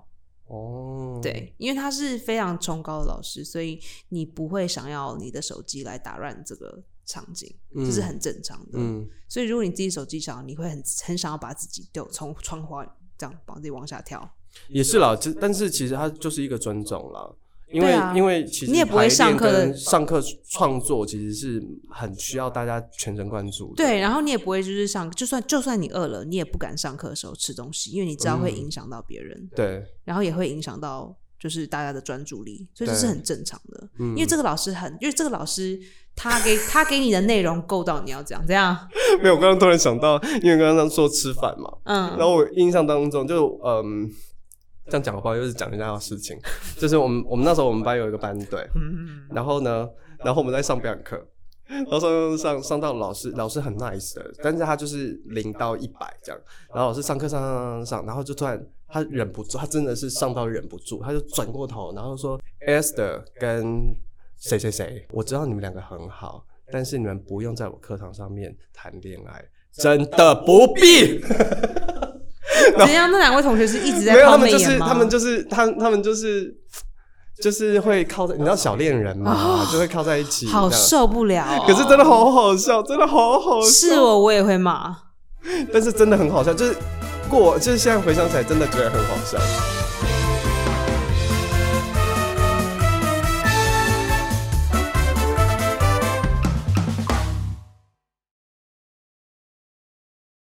S2: 哦，，
S1: 对，因为他是非常崇高的老师，所以你不会想要你的手机来打乱这个场景，这是
S2: 嗯
S1: 很正常的。
S2: 嗯，
S1: 所以如果你自己手机响，你会很很想要把自己丢从窗户这样把自己往下跳，
S2: 也是啦，这但是其实它就是一个尊重啦，因
S1: 对
S2: 为、
S1: 啊
S2: 因为其实
S1: 你也不会上课的
S2: 排练跟上课创作其实是很需要大家全神贯注的。
S1: 对，然后你也不会就是上，就算就算你饿了，你也不敢上课的时候吃东西，因为你知道会
S2: 嗯
S1: 影响到别人，
S2: 对，
S1: 然后也会影响到就是大家的专注力，所以这是
S2: 对
S1: 很正常的。
S2: 嗯
S1: 因为这个老师很，因为这个老师他给他给你的内容够到你要这样这样，
S2: 没有，我刚刚突然想到，因为刚刚说吃饭嘛，
S1: 嗯
S2: 然，后我印象当中就嗯。这样讲的话，又是讲人家的事情。就是我们，我们那时候我们班有一个班队，
S1: 嗯
S2: 然后呢，然后我们在上表演课，然后上上上到老师，老师很 nice 的，但是他就是零到一百这样，然后老师上课上上上上，然后就突然他忍不住，他真的是上到忍不住，他就转过头，然后说 Esther 跟谁谁谁，我知道你们两个很好，但是你们不用在我课堂上面谈恋爱，真的不必。
S1: 怎样？那两位同学是一直在
S2: 没有，
S1: 抛
S2: 他们
S1: 媚
S2: 就
S1: 眼
S2: 是
S1: 吗？
S2: 他们就是他他们就是就是会靠在，你知道小恋人嘛，就会靠在一起，
S1: 哦好
S2: 这样
S1: 受不了哦、
S2: 可是真的好好笑，真的好好笑，
S1: 是哦我我也会骂。
S2: 但是真的很好笑，就是过，就是现在回想起来，真的觉得很好
S3: 「君
S2: 笑。
S3: の声が聞こえてる」